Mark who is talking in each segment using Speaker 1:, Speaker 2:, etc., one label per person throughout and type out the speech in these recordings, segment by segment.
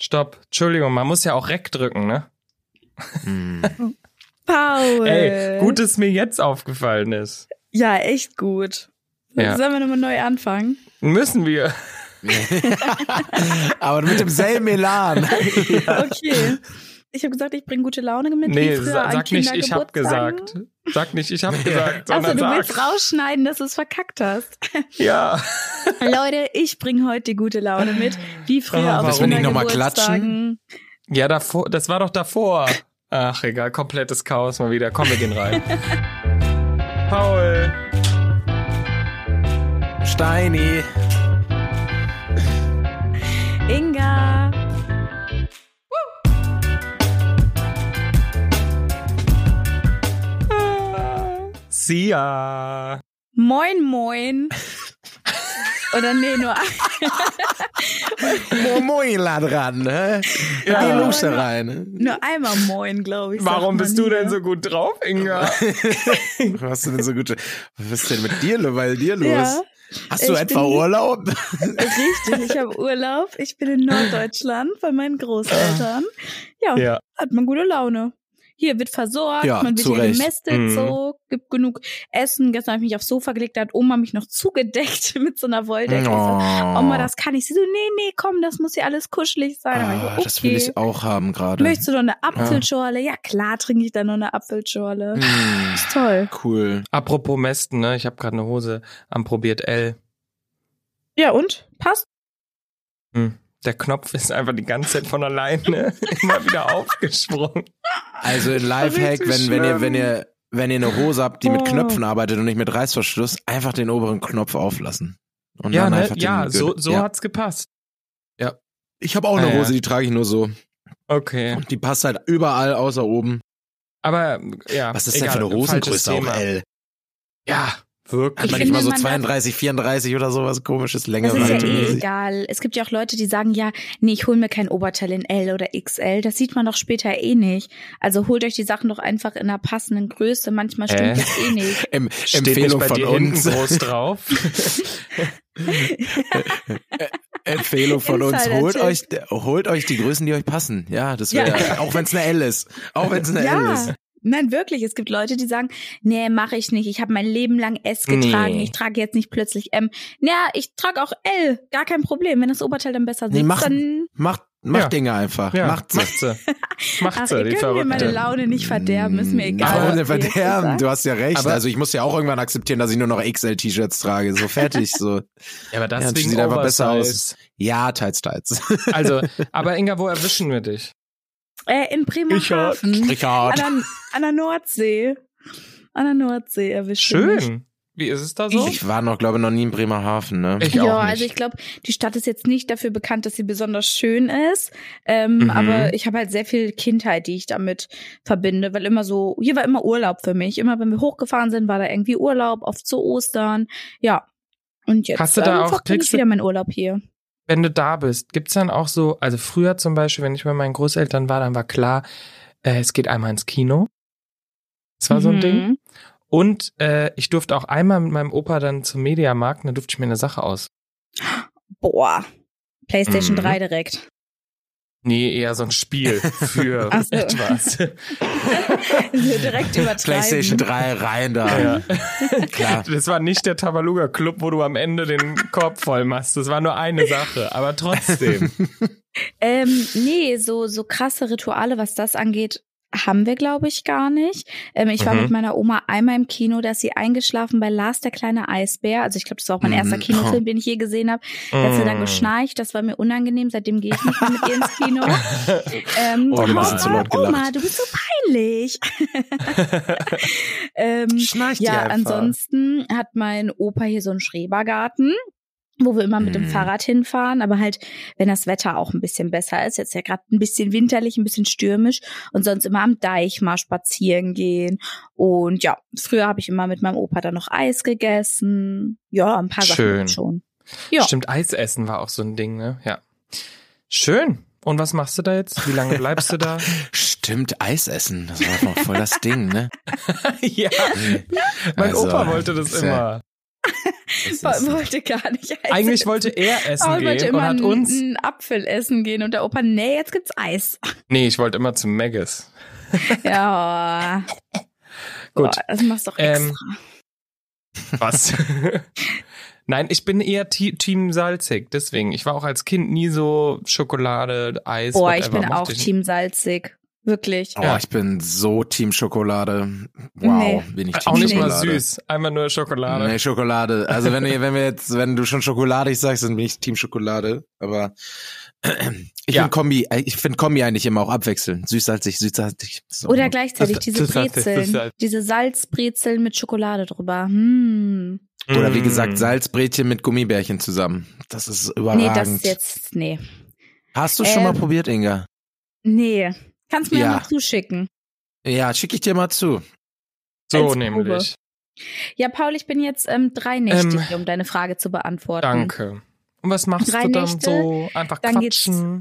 Speaker 1: Stopp. Entschuldigung, man muss ja auch Rec drücken, ne?
Speaker 2: Mm.
Speaker 3: Paul.
Speaker 1: Ey, gut, dass mir jetzt aufgefallen ist.
Speaker 3: Ja, echt gut.
Speaker 1: Ja.
Speaker 3: Sollen wir nochmal neu anfangen?
Speaker 1: Müssen wir.
Speaker 2: Aber mit demselben Elan.
Speaker 3: Okay. Ich habe gesagt, ich bringe gute Laune mit.
Speaker 1: Nee,
Speaker 3: wie früher
Speaker 1: sa
Speaker 3: an
Speaker 1: sag nicht, ich hab
Speaker 3: Kindergeburtstagen.
Speaker 1: gesagt. Sag nicht, ich hab gesagt,
Speaker 3: Achso,
Speaker 1: sondern
Speaker 3: ne? Also, du willst
Speaker 1: sag.
Speaker 3: rausschneiden, dass du es verkackt hast.
Speaker 1: Ja.
Speaker 3: Leute, ich bringe heute die gute Laune mit. Wie früher
Speaker 1: Ah,
Speaker 3: auf
Speaker 1: warum
Speaker 2: nicht noch mal
Speaker 3: Kindergeburtstagen.
Speaker 1: Ja, davor, das war doch davor. Ach, egal, komplettes Chaos mal wieder. Komm, wir gehen rein. Paul.
Speaker 2: Steini.
Speaker 3: Inga.
Speaker 1: Sia.
Speaker 3: Moin, moin. Oder nee, nur
Speaker 2: Momoila dran, ne?
Speaker 1: Ja.
Speaker 2: Die Luce rein.
Speaker 3: Nur einmal moin, glaube ich. sagt
Speaker 1: Warum
Speaker 3: man
Speaker 1: bist du
Speaker 3: hier.
Speaker 1: denn so gut drauf, Inga?
Speaker 2: Was hast du denn so gut? Was ist denn mit dir, lo- bei dir los?
Speaker 3: Ja.
Speaker 2: Hast du
Speaker 3: Ich
Speaker 2: etwa
Speaker 3: bin-
Speaker 2: Urlaub?
Speaker 3: Richtig, ich habe Urlaub. Ich bin in Norddeutschland bei meinen Großeltern. Ja,
Speaker 1: Ja.
Speaker 3: hat man gute Laune. Hier wird versorgt,
Speaker 2: Ja,
Speaker 3: man wird
Speaker 2: zu
Speaker 3: hier
Speaker 2: Recht.
Speaker 3: gemästet,
Speaker 1: Mhm.
Speaker 3: so, gibt genug Essen. Gestern habe ich mich aufs Sofa gelegt, da hat Oma mich noch zugedeckt mit so einer Wolldecke. Ich so,
Speaker 2: Oh.
Speaker 3: Oma, das kann ich. Sie so, nee, nee, komm, das muss hier alles kuschelig sein. Da war ich so,
Speaker 2: Ah,
Speaker 3: okay.
Speaker 2: Das will ich auch haben gerade.
Speaker 3: Möchtest du noch eine Apfelschorle? Ja, klar trinke ich dann noch eine Apfelschorle.
Speaker 2: Hm,
Speaker 3: Ist toll.
Speaker 2: Cool.
Speaker 1: Apropos Mästen, ne? Ich habe gerade eine Hose am probiert L.
Speaker 3: Ja, und? Passt?
Speaker 1: Hm. Der Knopf ist einfach die ganze Zeit von alleine immer wieder aufgesprungen.
Speaker 2: Also ein Lifehack, wenn, wenn ihr, wenn ihr, wenn ihr eine Hose habt, die
Speaker 3: Oh.
Speaker 2: mit Knöpfen arbeitet und nicht mit Reißverschluss, einfach den oberen Knopf auflassen. Und
Speaker 1: Ja,
Speaker 2: dann
Speaker 1: ne?
Speaker 2: einfach den
Speaker 1: ja, so,
Speaker 2: Gürtel-
Speaker 1: so
Speaker 2: Ja.
Speaker 1: hat's gepasst.
Speaker 2: Ich habe auch
Speaker 1: Ah,
Speaker 2: eine
Speaker 1: ja.
Speaker 2: Hose, die trage ich nur so.
Speaker 1: Okay.
Speaker 2: Die passt halt überall außer oben.
Speaker 1: Aber ja.
Speaker 2: Was ist
Speaker 1: egal,
Speaker 2: denn für eine
Speaker 1: falsches
Speaker 2: Hosengröße auch
Speaker 1: Thema.
Speaker 2: L?
Speaker 1: Ja, wirklich.
Speaker 2: Hat man
Speaker 3: Ich
Speaker 2: nicht mal
Speaker 3: finde,
Speaker 2: so
Speaker 3: man darf-
Speaker 2: 32, 34 oder sowas komisches,
Speaker 3: Das
Speaker 2: längere
Speaker 3: ist ja
Speaker 2: Seite
Speaker 3: eh
Speaker 1: Mhm.
Speaker 2: mäßig?
Speaker 3: egal. Es gibt ja auch Leute, die sagen, ja, nee, ich hole mir kein Oberteil in L oder XL. Das sieht man doch später eh nicht. Also holt euch die Sachen doch einfach in einer passenden Größe. Manchmal stimmt
Speaker 1: Hä?
Speaker 3: das eh nicht.
Speaker 2: Em
Speaker 1: Steht
Speaker 2: Empfehlung
Speaker 1: nicht bei
Speaker 2: von
Speaker 1: dir hinten
Speaker 2: uns.
Speaker 1: groß drauf.
Speaker 2: Empfehlung von uns.
Speaker 3: Insider-Tipp.
Speaker 2: Holt euch, holt euch die Größen, die euch passen. Ja, das wäre, auch wenn es eine L ist. Auch wenn es eine L ist.
Speaker 3: Ja. Nein, wirklich. Es gibt Leute, die sagen, nee, mache ich nicht. Ich habe mein Leben lang S getragen.
Speaker 1: Nee.
Speaker 3: Ich trage jetzt nicht plötzlich M. Ja, ich trage auch L. Gar kein Problem. Wenn das Oberteil dann besser sitzt,
Speaker 2: Nee, mach,
Speaker 3: dann...
Speaker 2: macht, macht
Speaker 1: Ja.
Speaker 2: Dinge einfach.
Speaker 1: Ja,
Speaker 2: Macht sie.
Speaker 1: macht sie. Macht
Speaker 3: Ach,
Speaker 1: sie,
Speaker 3: ihr
Speaker 1: die
Speaker 3: könnt mir meine
Speaker 1: Verrückte.
Speaker 3: Laune nicht verderben. Ist mir egal.
Speaker 2: Warum
Speaker 3: was
Speaker 2: denn
Speaker 3: ihr jetzt
Speaker 2: Mm, verderben?
Speaker 3: sagt.
Speaker 2: Du hast ja recht.
Speaker 1: Aber-
Speaker 2: also ich muss ja auch irgendwann akzeptieren, dass ich nur noch XL-T-Shirts trage. So fertig, so.
Speaker 1: Ja, aber
Speaker 2: das
Speaker 1: deswegen
Speaker 2: sieht einfach besser
Speaker 1: Oversize.
Speaker 2: Ja, teils, teils.
Speaker 1: Also, aber Inga, wo erwischen wir dich?
Speaker 3: Äh, in Bremerhaven.
Speaker 2: Richard.
Speaker 3: an, der, an der Nordsee. An der Nordsee erwischt. mich.
Speaker 1: Schön. Wie ist es da so?
Speaker 2: Ich war noch, glaube ich, noch nie in Bremerhaven, ne?
Speaker 1: Ich
Speaker 3: ja,
Speaker 1: auch nicht.
Speaker 3: also ich glaube, die Stadt ist jetzt nicht dafür bekannt, dass sie besonders schön ist. Ähm,
Speaker 1: Mhm.
Speaker 3: Aber ich habe halt sehr viel Kindheit, die ich damit verbinde, weil immer so, hier war immer Urlaub für mich. Immer wenn wir hochgefahren sind, war da irgendwie Urlaub, oft zu Ostern. Ja. Und jetzt
Speaker 1: Hast du da
Speaker 3: ähm,
Speaker 1: auch-
Speaker 3: verbinde ich
Speaker 1: kriegst du-
Speaker 3: wieder meinen Urlaub hier.
Speaker 1: wenn du da bist, gibt's dann auch so, also früher zum Beispiel, wenn ich bei meinen Großeltern war, dann war klar, äh, es geht einmal ins Kino. Das war so ein
Speaker 3: Mhm.
Speaker 1: Ding. Und äh, ich durfte auch einmal mit meinem Opa dann zum Mediamarkt, und da durfte ich mir eine Sache aus.
Speaker 3: Boah. PlayStation
Speaker 1: Mhm.
Speaker 3: 3 direkt.
Speaker 1: Nee, eher so ein Spiel für
Speaker 3: Ach so.
Speaker 1: etwas.
Speaker 3: direkt übertreiben.
Speaker 2: PlayStation 3 rein da.
Speaker 1: Ah Ja.
Speaker 2: Klar.
Speaker 1: Das war nicht der Tabaluga Club, wo du am Ende den Korb voll machst. Das war nur eine Sache, aber trotzdem.
Speaker 3: Ähm, nee, so, so krasse Rituale, was das angeht, haben wir, glaube ich, gar nicht. Ähm, ich war
Speaker 1: Mhm.
Speaker 3: mit meiner Oma einmal im Kino, da ist sie eingeschlafen bei Lars der kleine Eisbär. Also ich glaube, das war auch mein
Speaker 2: Mhm.
Speaker 3: erster Kinofilm, den ich je gesehen habe. Da ist sie dann
Speaker 1: Mm.
Speaker 3: geschnarcht, das war mir unangenehm, seitdem gehe ich nicht mehr mit ihr ins Kino. Ähm,
Speaker 2: Oh, du hast zu laut gelacht.
Speaker 3: Oma, du bist so peinlich. ähm,
Speaker 2: Schnarcht ihr
Speaker 3: ja,
Speaker 2: einfach.
Speaker 3: ansonsten hat mein Opa hier so einen Schrebergarten, wo wir immer mit dem
Speaker 2: Mhm.
Speaker 3: Fahrrad hinfahren, aber halt, wenn das Wetter auch ein bisschen besser ist, jetzt ja gerade ein bisschen winterlich, ein bisschen stürmisch und sonst immer am Deich mal spazieren gehen. Und ja, früher habe ich immer mit meinem Opa dann noch Eis gegessen. Ja, ein paar Sachen
Speaker 1: Schön.
Speaker 3: gibt's schon. Ja.
Speaker 1: Stimmt, Eis essen war auch so ein Ding, ne? Ja. Schön. Und was machst du da jetzt? Wie lange bleibst du da?
Speaker 2: Stimmt, Eis essen. Das war doch voll das Ding, ne?
Speaker 1: ja,
Speaker 2: Mhm.
Speaker 1: mein
Speaker 2: Also,
Speaker 1: Opa wollte das
Speaker 2: ist ja-
Speaker 1: immer.
Speaker 2: Es ist-
Speaker 3: wollte gar nicht. essen.
Speaker 1: Eigentlich wollte er essen
Speaker 3: Paul wollte
Speaker 1: gehen und
Speaker 3: immer
Speaker 1: hat
Speaker 3: einen,
Speaker 1: uns.
Speaker 3: einen Apfel essen gehen und der Opa, nee, jetzt gibt's Eis.
Speaker 1: Nee, ich wollte immer zu Maggis.
Speaker 3: Ja.
Speaker 1: Gut.
Speaker 3: Boah, das machst du doch
Speaker 1: Ähm,
Speaker 3: extra.
Speaker 1: Was? Nein, ich bin eher Ti- Team salzig, deswegen. Ich war auch als Kind nie so Schokolade, Eis.
Speaker 3: Boah,
Speaker 1: whatever,
Speaker 3: ich bin
Speaker 1: mochte
Speaker 3: auch
Speaker 1: nicht.
Speaker 3: Team salzig. Wirklich.
Speaker 2: Oh,
Speaker 1: Ja.
Speaker 2: ich bin so Team Schokolade. Wow, bin ich Team
Speaker 1: Auch nicht mal
Speaker 2: Schokolade.
Speaker 1: süß, einfach nur Schokolade.
Speaker 2: Nee, Schokolade. Also wenn, wir- wenn wir jetzt, wenn du schon schokoladig sagst, dann bin ich Team Schokolade. Aber ich
Speaker 1: Ja.
Speaker 2: bin Kombi, äh, ich finde Kombi eigentlich immer auch abwechseln. Süß-salzig, süß-salzig. So.
Speaker 3: Oder gleichzeitig
Speaker 1: Das-
Speaker 3: diese
Speaker 1: das heißt, das halt
Speaker 3: Brezeln.
Speaker 1: heißt-
Speaker 3: Diese Salzbrezeln mit Schokolade drüber. Hm.
Speaker 2: Oder wie
Speaker 1: Mm.
Speaker 2: gesagt, Salzbrezeln mit Gummibärchen zusammen. Das ist
Speaker 3: Nee,
Speaker 2: überragend.
Speaker 3: das ist jetzt. Nee.
Speaker 2: Hast du schon
Speaker 3: Ähm,
Speaker 2: mal probiert, Inga?
Speaker 3: Nee. Kannst mir ja.
Speaker 2: Ja.
Speaker 3: mal zuschicken.
Speaker 2: Ja, schicke ich dir mal zu.
Speaker 1: So
Speaker 3: als
Speaker 1: nämlich.
Speaker 3: Ja, Paul, ich bin jetzt ähm, dreinnächtig,
Speaker 1: Ähm,
Speaker 3: um deine Frage zu beantworten.
Speaker 1: Danke. Und was machst
Speaker 3: Drei
Speaker 1: du dann
Speaker 3: Nächte,
Speaker 1: so? Einfach
Speaker 3: dann geht's-
Speaker 1: quatschen.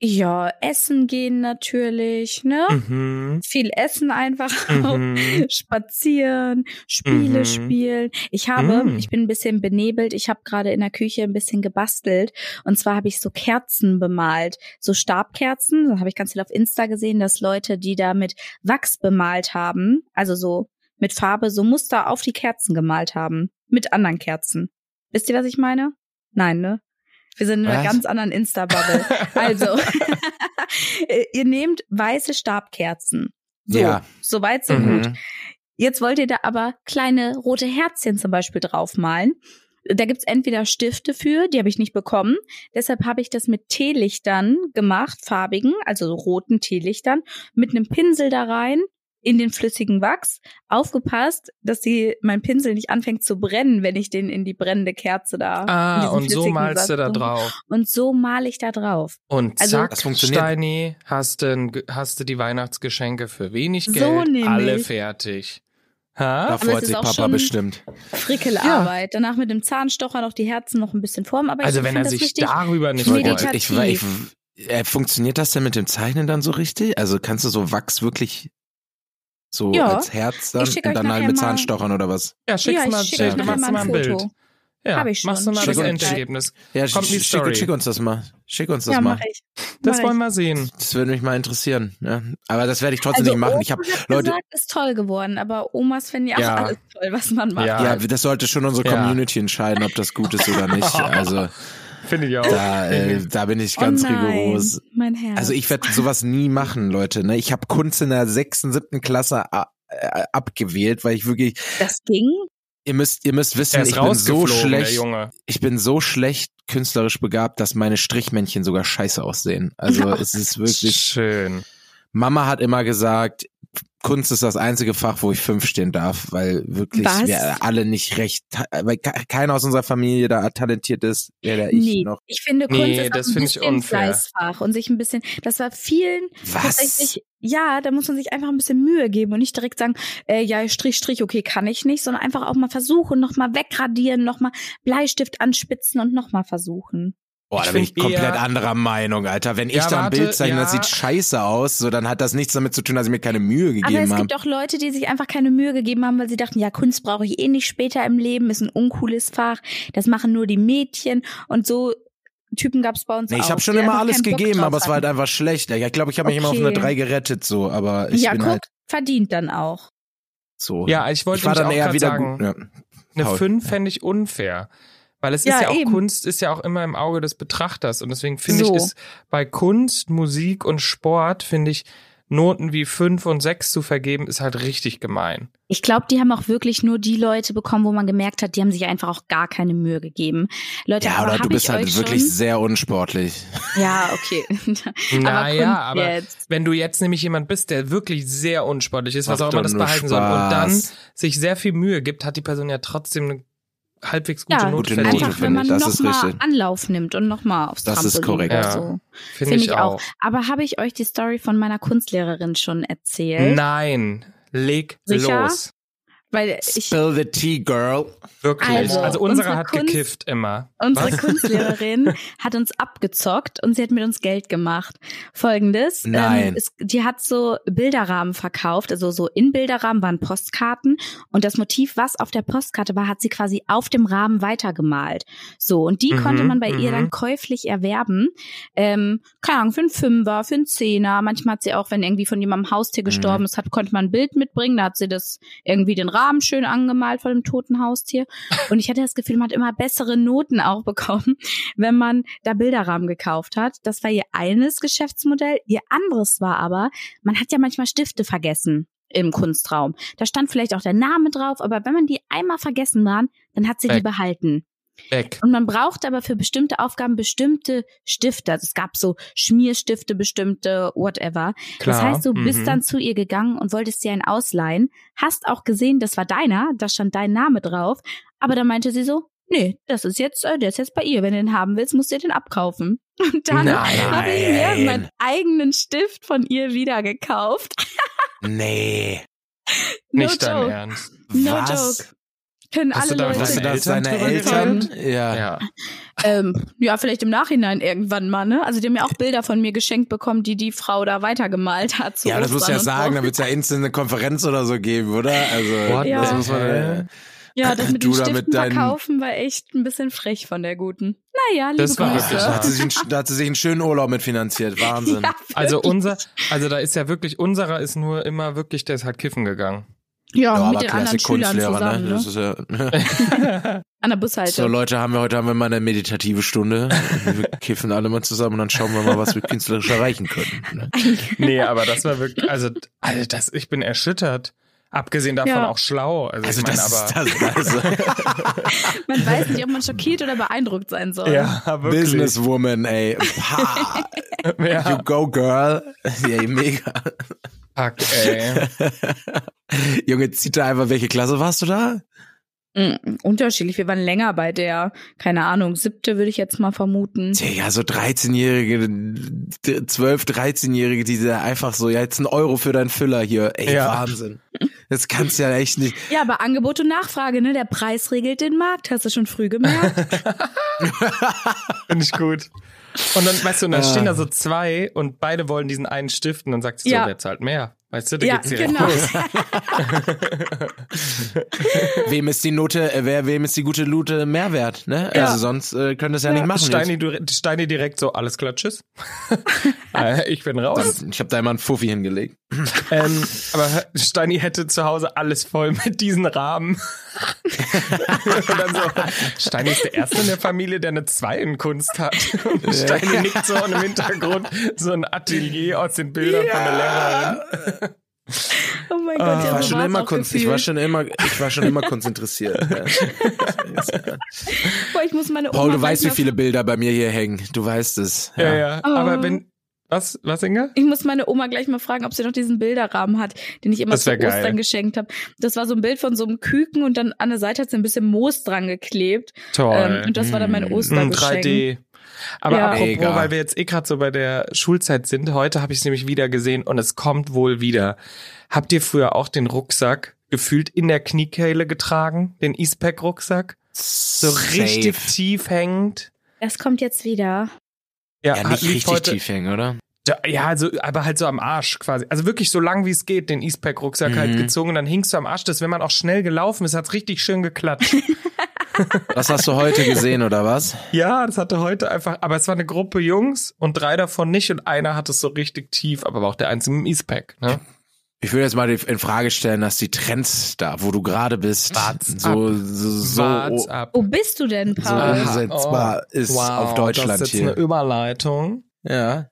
Speaker 3: Ja, essen gehen natürlich, ne?
Speaker 1: Mhm.
Speaker 3: Viel essen einfach auch.
Speaker 1: Mhm.
Speaker 3: spazieren, Spiele
Speaker 1: Mhm.
Speaker 3: spielen. Ich habe,
Speaker 1: Mhm.
Speaker 3: ich bin ein bisschen benebelt, ich habe gerade in der Küche ein bisschen gebastelt und zwar habe ich so Kerzen bemalt, so Stabkerzen, da habe ich ganz viel auf Insta gesehen, dass Leute, die da mit Wachs bemalt haben, also so mit Farbe so Muster auf die Kerzen gemalt haben, mit anderen Kerzen. Wisst ihr, was ich meine? Nein, ne? Wir sind in einer
Speaker 2: Was?
Speaker 3: ganz anderen Insta-Bubble. Also, ihr nehmt weiße Stabkerzen. So,
Speaker 2: Ja.
Speaker 3: Soweit so gut.
Speaker 2: Mhm.
Speaker 3: Jetzt wollt ihr da aber kleine rote Herzchen zum Beispiel draufmalen. Da gibt's entweder Stifte für, die habe ich nicht bekommen. Deshalb habe ich das mit Teelichtern gemacht, farbigen, also so roten Teelichtern, mit einem Pinsel da rein in den flüssigen Wachs. Aufgepasst, dass die, mein Pinsel nicht anfängt zu brennen, wenn ich den in die brennende Kerze da. in
Speaker 1: Ah,
Speaker 3: diesen
Speaker 1: und so
Speaker 3: flüssigen
Speaker 1: malst du
Speaker 3: Saft
Speaker 1: da
Speaker 3: drin-
Speaker 1: drauf.
Speaker 3: Und so male ich da drauf.
Speaker 1: Und
Speaker 3: ne? Also-
Speaker 1: zack,
Speaker 2: Das funktioniert.
Speaker 1: Steini, hast du, ein Ge- hast du die Weihnachtsgeschenke für wenig
Speaker 3: So
Speaker 1: Geld,
Speaker 3: nämlich.
Speaker 1: alle fertig. Ha?
Speaker 2: Da
Speaker 3: es
Speaker 2: freut
Speaker 3: ist
Speaker 2: sich
Speaker 3: auch
Speaker 2: Papa
Speaker 3: schon-
Speaker 2: bestimmt.
Speaker 3: Frickelarbeit. Danach mit dem Zahnstocher noch die Herzen noch ein bisschen formen. Aber
Speaker 1: Also
Speaker 3: ich
Speaker 1: wenn
Speaker 3: find
Speaker 1: er
Speaker 3: das
Speaker 1: sich
Speaker 3: richtig,
Speaker 1: darüber nicht
Speaker 2: Ich wollte
Speaker 1: freut.
Speaker 3: Meditativ.
Speaker 2: gerade- ich, war- ich, äh, funktioniert das denn mit dem Zeichnen dann so richtig? Also kannst du so Wachs wirklich so
Speaker 3: Ja.
Speaker 2: als Herz dann
Speaker 3: Ich schick
Speaker 2: und
Speaker 3: euch
Speaker 2: dann halt
Speaker 3: nachher
Speaker 2: mit
Speaker 3: mal-
Speaker 2: Zahnstochern oder was?
Speaker 1: Ja, schick's
Speaker 3: Ja, ich
Speaker 1: mal,
Speaker 3: schick
Speaker 1: schick,
Speaker 2: nachher
Speaker 1: machst
Speaker 3: mal
Speaker 1: du mal
Speaker 3: ein
Speaker 1: ein Bild.
Speaker 3: Foto.
Speaker 1: Ja,
Speaker 3: Hab ich schon.
Speaker 1: machst du mal
Speaker 3: Schick
Speaker 1: das
Speaker 2: uns-
Speaker 1: Endergebnis.
Speaker 2: Ja,
Speaker 1: Kommt die
Speaker 2: schick,
Speaker 1: Story.
Speaker 2: schick, schick uns das mal. Schick uns das
Speaker 3: ja,
Speaker 2: mal.
Speaker 3: mach ich.
Speaker 1: Das
Speaker 3: Mach
Speaker 1: wollen
Speaker 3: ich.
Speaker 1: wir sehen.
Speaker 2: Das würde mich mal interessieren. Ja. Aber das werde ich trotzdem also nicht machen. Ich habe
Speaker 3: Also Oma hat
Speaker 2: Leute,
Speaker 3: gesagt, ist toll geworden, aber Omas finden ja auch
Speaker 1: Ja.
Speaker 3: alles toll, was man macht.
Speaker 1: Ja.
Speaker 2: ja, das sollte schon unsere
Speaker 1: Ja.
Speaker 2: Community entscheiden, ob das gut ist oder nicht. Also
Speaker 1: Finde ich auch.
Speaker 2: da, äh, da bin ich ganz
Speaker 3: oh nein,
Speaker 2: rigoros.
Speaker 3: Mein Herz.
Speaker 2: Also ich werde sowas nie machen, Leute. Ne? Ich habe Kunst in der sechsten, siebten Klasse a- äh, abgewählt, weil ich wirklich,
Speaker 3: das ging.
Speaker 2: ihr müsst, ihr müsst wissen,
Speaker 1: er ist
Speaker 2: ich bin so
Speaker 1: rausgeflogen, der
Speaker 2: schlecht,
Speaker 1: Junge.
Speaker 2: ich bin so schlecht künstlerisch begabt, dass meine Strichmännchen sogar scheiße aussehen. Also es ist wirklich.
Speaker 1: Schön.
Speaker 2: Mama hat immer gesagt, Kunst ist das einzige Fach, wo ich fünf stehen darf, weil wirklich
Speaker 3: Was?
Speaker 2: wir alle nicht recht, weil ke- keiner aus unserer Familie da talentiert ist, weder ich
Speaker 3: nee,
Speaker 2: noch.
Speaker 3: ich finde Kunst
Speaker 1: Nee,
Speaker 3: ist auch
Speaker 1: das
Speaker 3: ein
Speaker 1: finde ich
Speaker 3: bisschen
Speaker 1: unfair.
Speaker 3: Fleißfach und sich ein bisschen, das war vielen
Speaker 2: Was?
Speaker 3: tatsächlich, ja, da muss man sich einfach ein bisschen Mühe geben und nicht direkt sagen, äh, ja, Strich, Strich, okay, kann ich nicht, sondern einfach auch mal versuchen, nochmal wegradieren, nochmal Bleistift anspitzen und nochmal versuchen.
Speaker 2: Boah,
Speaker 1: Ich
Speaker 2: da bin ich
Speaker 1: find eher-
Speaker 2: komplett anderer Meinung, Alter. Wenn ich
Speaker 1: Ja,
Speaker 2: da ein
Speaker 1: warte,
Speaker 2: Bild zeichne, das
Speaker 1: ja.
Speaker 2: sieht scheiße aus, so dann hat das nichts damit zu tun, dass ich mir keine Mühe
Speaker 3: Aber es
Speaker 2: gegeben habe.
Speaker 3: gibt auch Leute, die sich einfach keine Mühe gegeben haben, weil sie dachten, ja, Kunst brauche ich eh nicht später im Leben, ist ein uncooles Fach, das machen nur die Mädchen und so Typen gab es bei uns
Speaker 2: Nee,
Speaker 3: auch.
Speaker 2: ich habe schon
Speaker 3: die
Speaker 2: immer
Speaker 3: einfach
Speaker 2: alles
Speaker 3: keinen Bock
Speaker 2: gegeben,
Speaker 3: drauf
Speaker 2: aber es war halt
Speaker 3: hatten.
Speaker 2: einfach schlecht. Ja, Ich glaube, ich habe mich immer auf
Speaker 3: Okay.
Speaker 2: eine 3 gerettet, so, aber ich
Speaker 3: Ja,
Speaker 2: bin
Speaker 3: guck,
Speaker 2: halt
Speaker 3: verdient dann auch.
Speaker 2: so.
Speaker 1: Ja, ich wollte
Speaker 2: ich war
Speaker 1: mich
Speaker 2: dann
Speaker 1: auch
Speaker 2: eher
Speaker 1: gerade
Speaker 2: wieder
Speaker 1: sagen,
Speaker 2: gut. Ja.
Speaker 1: eine
Speaker 2: Paul.
Speaker 1: 5 fände ich unfair. Weil es
Speaker 3: Ja,
Speaker 1: ist ja auch
Speaker 3: eben.
Speaker 1: Kunst, ist ja auch immer im Auge des Betrachters. Und deswegen finde
Speaker 3: So.
Speaker 1: ich es bei Kunst, Musik und Sport, finde ich, Noten wie 5 und 6 zu vergeben, ist halt richtig gemein.
Speaker 3: Ich glaube, die haben auch wirklich nur die Leute bekommen, wo man gemerkt hat, die haben sich einfach auch gar keine Mühe gegeben. Leute,
Speaker 2: Ja,
Speaker 3: aber
Speaker 2: oder
Speaker 3: hab
Speaker 2: du bist
Speaker 3: ich
Speaker 2: halt
Speaker 3: euch
Speaker 2: wirklich
Speaker 3: schon?
Speaker 2: sehr unsportlich.
Speaker 3: Ja, okay.
Speaker 1: Naja,
Speaker 3: Kunst
Speaker 1: aber
Speaker 3: jetzt.
Speaker 1: wenn du jetzt nämlich jemand bist, der wirklich sehr unsportlich ist, was
Speaker 2: Macht
Speaker 1: auch immer
Speaker 2: doch
Speaker 1: das
Speaker 2: nur
Speaker 1: behalten soll, und dann
Speaker 2: Spaß.
Speaker 1: sich sehr viel Mühe gibt, hat die Person ja trotzdem eine halbwegs gute
Speaker 3: Ja,
Speaker 1: Note
Speaker 2: Gute
Speaker 1: verdient.
Speaker 2: Note,
Speaker 3: Einfach,
Speaker 2: finde
Speaker 3: wenn man
Speaker 2: ich. Das ist
Speaker 3: nochmal
Speaker 2: richtig.
Speaker 3: Anlauf nimmt und nochmal aufs
Speaker 2: Das ist
Speaker 3: Trampolin
Speaker 2: korrekt.
Speaker 3: oder
Speaker 1: Ja.
Speaker 3: so.
Speaker 1: Finde
Speaker 3: Finde
Speaker 1: ich,
Speaker 3: ich
Speaker 1: auch.
Speaker 3: Aber habe ich euch die Story von meiner Kunstlehrerin schon erzählt?
Speaker 1: Nein, leg
Speaker 3: Sicher?
Speaker 1: los.
Speaker 3: Weil ich,
Speaker 2: Spill the tea, girl.
Speaker 1: Wirklich.
Speaker 3: Also,
Speaker 1: Also, unsere,
Speaker 3: unsere
Speaker 1: hat
Speaker 3: Kunst-
Speaker 1: gekifft immer.
Speaker 3: unsere
Speaker 1: Was?
Speaker 3: Kunstlehrerin hat uns abgezockt und sie hat mit uns Geld gemacht. Folgendes. ähm,
Speaker 2: Nein.
Speaker 3: es, die hat so Bilderrahmen verkauft. Also so in Bilderrahmen waren Postkarten. Und das Motiv, was auf der Postkarte war, hat sie quasi auf dem Rahmen weitergemalt. So. Und die
Speaker 1: Mhm,
Speaker 3: konnte man bei ihr
Speaker 1: mhm.
Speaker 3: dann käuflich erwerben. Ähm, keine Ahnung, für einen Fünfer, für einen Zehner. Manchmal hat sie auch, wenn irgendwie von jemandem Haustier gestorben ist, hat, konnte man ein Bild mitbringen. Da hat sie das irgendwie den Rahmen schön angemalt von dem toten Haustier. Und ich hatte das Gefühl, man hat immer bessere Noten auch bekommen, wenn man da Bilderrahmen gekauft hat. Das war ihr eines Geschäftsmodell. Ihr anderes war aber, man hat ja manchmal Stifte vergessen im Kunstraum. Da stand vielleicht auch der Name drauf, aber wenn man die einmal vergessen waren, dann hat sie die
Speaker 1: Weg.
Speaker 3: behalten.
Speaker 1: Weg.
Speaker 3: Und man braucht aber für bestimmte Aufgaben bestimmte Stifte. Also es gab so Schmierstifte, bestimmte, whatever.
Speaker 1: Klar.
Speaker 3: Das heißt, du
Speaker 1: mhm.
Speaker 3: bist dann zu ihr gegangen und wolltest dir einen ausleihen, hast auch gesehen, das war deiner, da stand dein Name drauf, aber dann meinte sie so, nee, das ist jetzt, äh, der ist jetzt bei ihr. Wenn du den haben willst, musst du dir den abkaufen. Und dann habe ich mir meinen
Speaker 2: Nein.
Speaker 3: eigenen Stift von ihr wieder gekauft.
Speaker 2: Nee.
Speaker 3: No
Speaker 1: Nicht dein
Speaker 3: joke.
Speaker 1: Ernst.
Speaker 3: No
Speaker 2: Was?
Speaker 3: joke. Können
Speaker 1: Hast
Speaker 3: alle
Speaker 1: du damit
Speaker 3: Leute.
Speaker 2: Weißt du
Speaker 1: Deine
Speaker 2: das,
Speaker 1: Eltern
Speaker 2: deine
Speaker 1: drüber
Speaker 2: Eltern? Ja.
Speaker 1: Ja.
Speaker 3: Ähm, ja, vielleicht im Nachhinein irgendwann mal, ne? Also die haben ja auch Bilder von mir geschenkt bekommen, die die Frau da weitergemalt hat. zu
Speaker 2: Ja, das musst du
Speaker 3: Ostern
Speaker 2: ja
Speaker 3: und
Speaker 2: sagen,
Speaker 3: So.
Speaker 2: da wird's ja instant eine Konferenz oder so geben, oder? Also,
Speaker 1: What
Speaker 3: Ja.
Speaker 2: das muss
Speaker 1: the
Speaker 2: man.
Speaker 3: Ja, das mit den
Speaker 2: Du da mit
Speaker 3: Stiften
Speaker 2: deinen-
Speaker 3: verkaufen war echt ein bisschen frech von der Guten. Naja, liebe
Speaker 1: Das war
Speaker 3: Grüße.
Speaker 1: wirklich
Speaker 2: Da
Speaker 1: Ja.
Speaker 2: hat, sie sich, einen- da hat sie sich einen schönen Urlaub mitfinanziert. Wahnsinn.
Speaker 3: Ja,
Speaker 1: Also
Speaker 3: wirklich.
Speaker 1: unser, also da ist ja wirklich, unserer ist nur immer wirklich, der ist halt kiffen gegangen.
Speaker 3: ja,
Speaker 2: aber
Speaker 3: mit den anderen
Speaker 2: klasse
Speaker 3: Schülern
Speaker 2: Kunstlehrer,
Speaker 3: zusammen,
Speaker 2: Das
Speaker 3: ne?
Speaker 2: ist ja,
Speaker 3: An
Speaker 2: So
Speaker 3: der Bushalte.
Speaker 2: Leute, haben wir heute haben wir mal eine meditative Stunde. Wir kiffen alle mal zusammen und dann schauen wir mal, was wir künstlerisch erreichen können. Ne?
Speaker 1: Nee, aber das war wirklich, also, also das, ich bin erschüttert. Abgesehen davon
Speaker 3: Ja.
Speaker 1: auch schlau. Also,
Speaker 2: Also
Speaker 1: ich meine,
Speaker 2: das,
Speaker 1: aber.
Speaker 2: ist das, also
Speaker 3: Man weiß nicht, ob man schockiert oder beeindruckt sein soll.
Speaker 1: ja, wirklich.
Speaker 2: Businesswoman, ey, pa, you
Speaker 1: Ja,
Speaker 2: go girl, ja mega.
Speaker 1: fuck, ey.
Speaker 2: Junge, zieht da einfach, welche Klasse warst du da?
Speaker 3: Mm, Unterschiedlich. Wir waren länger bei der, keine Ahnung, siebte würde ich jetzt mal vermuten.
Speaker 2: Digga, so 13-Jährige, 12, 13-Jährige, die da einfach so, ja, jetzt ein Euro für deinen Füller hier. Ey,
Speaker 1: Ja.
Speaker 2: Wahnsinn. Das kannst ja echt nicht.
Speaker 3: Ja, aber Angebot und Nachfrage, ne? Der Preis regelt den Markt, hast du schon früh gemerkt.
Speaker 1: Finde ich gut. Und dann, weißt du, und dann
Speaker 2: Ah.
Speaker 1: stehen da so zwei und beide wollen diesen einen Stift und dann sagt sie
Speaker 3: Ja.
Speaker 1: so, wer zahlt mehr? Weißt du, da
Speaker 3: ja,
Speaker 1: geht's direkt
Speaker 3: genau.
Speaker 1: los.
Speaker 2: Wem ist die Note, äh, wer, wem ist die gute Lute Mehrwert, ne?
Speaker 3: Ja.
Speaker 2: Also sonst äh, können das ja,
Speaker 3: Ja.
Speaker 2: nicht machen.
Speaker 1: Steini, du, Steini direkt so, alles klar, tschüss. Äh, ich bin raus.
Speaker 2: Dann- Ich habe da immer einen Fuffi hingelegt.
Speaker 1: Ähm, aber Steini hätte zu Hause alles voll mit diesen Rahmen. Und dann so, Steini ist der Erste in der Familie, der eine Zwei in Kunst hat. Und Steini nickt so und im Hintergrund so ein Atelier aus den Bildern von der Lehrerin.
Speaker 3: Oh mein
Speaker 1: Ah.
Speaker 3: Gott,
Speaker 2: Ich
Speaker 3: ja,
Speaker 2: war,
Speaker 3: so
Speaker 2: schon
Speaker 3: war's
Speaker 2: immer
Speaker 3: auch
Speaker 2: kunst, ich
Speaker 3: gefühlt.
Speaker 2: war schon immer, ich war schon immer konzentriert. Ja.
Speaker 3: Boah, ich muss meine Oma
Speaker 2: Paul, du weißt, wie
Speaker 3: manchmal-
Speaker 2: viele Bilder bei mir hier hängen. Du weißt es.
Speaker 1: Ja, ja.
Speaker 3: Oh.
Speaker 1: Aber wenn, was, was, Inge?
Speaker 3: Ich muss meine Oma gleich mal fragen, ob sie noch diesen Bilderrahmen hat, den ich immer
Speaker 1: Das
Speaker 3: zu
Speaker 1: wär
Speaker 3: Ostern
Speaker 1: geil.
Speaker 3: geschenkt habe. Das war so ein Bild von so einem Küken und dann an der Seite hat sie ein bisschen Moos dran geklebt.
Speaker 1: Toll.
Speaker 3: Ähm, und das war dann mein
Speaker 2: Mm,
Speaker 1: Mm,
Speaker 3: Ostergeschenk.
Speaker 1: 3D. Aber
Speaker 3: Ja.
Speaker 1: apropos,
Speaker 2: Mega.
Speaker 1: weil wir jetzt eh gerade so bei der Schulzeit sind, heute habe ich es nämlich wieder gesehen und es kommt wohl wieder. Habt ihr früher auch den Rucksack gefühlt in der Kniekehle getragen? Den Eastpack-Rucksack? So richtig tief hängend?
Speaker 3: Das kommt jetzt wieder.
Speaker 1: Ja,
Speaker 2: Ja,
Speaker 1: hat-
Speaker 2: nicht
Speaker 1: lief
Speaker 2: richtig
Speaker 1: heute,
Speaker 2: tief hängen, oder?
Speaker 1: Da, ja, also, aber halt so am Arsch quasi. Also wirklich so lang wie es geht, den Eastpack-Rucksack halt
Speaker 2: Mhm.
Speaker 1: gezogen und dann hingst du am Arsch. Das, wenn man auch schnell gelaufen ist, hat's richtig schön geklatscht.
Speaker 2: Das hast du heute gesehen, oder was?
Speaker 1: Ja, das hatte heute einfach, aber es war eine Gruppe Jungs und drei davon nicht und einer hat es so richtig tief, aber war auch der einzige im Eastpack, ne?
Speaker 2: Ich würde jetzt mal die- in Frage stellen, dass die Trends da, wo du gerade bist,
Speaker 1: Wart's
Speaker 2: so, so, so,
Speaker 1: Wart's ab.
Speaker 3: Wo bist du denn,
Speaker 2: so
Speaker 3: Paul?
Speaker 1: Aha. Oh.
Speaker 2: umsetzbar ist auf
Speaker 1: das
Speaker 2: Deutschland
Speaker 1: ist jetzt eine
Speaker 2: hier.
Speaker 1: Überleitung.
Speaker 2: Ja.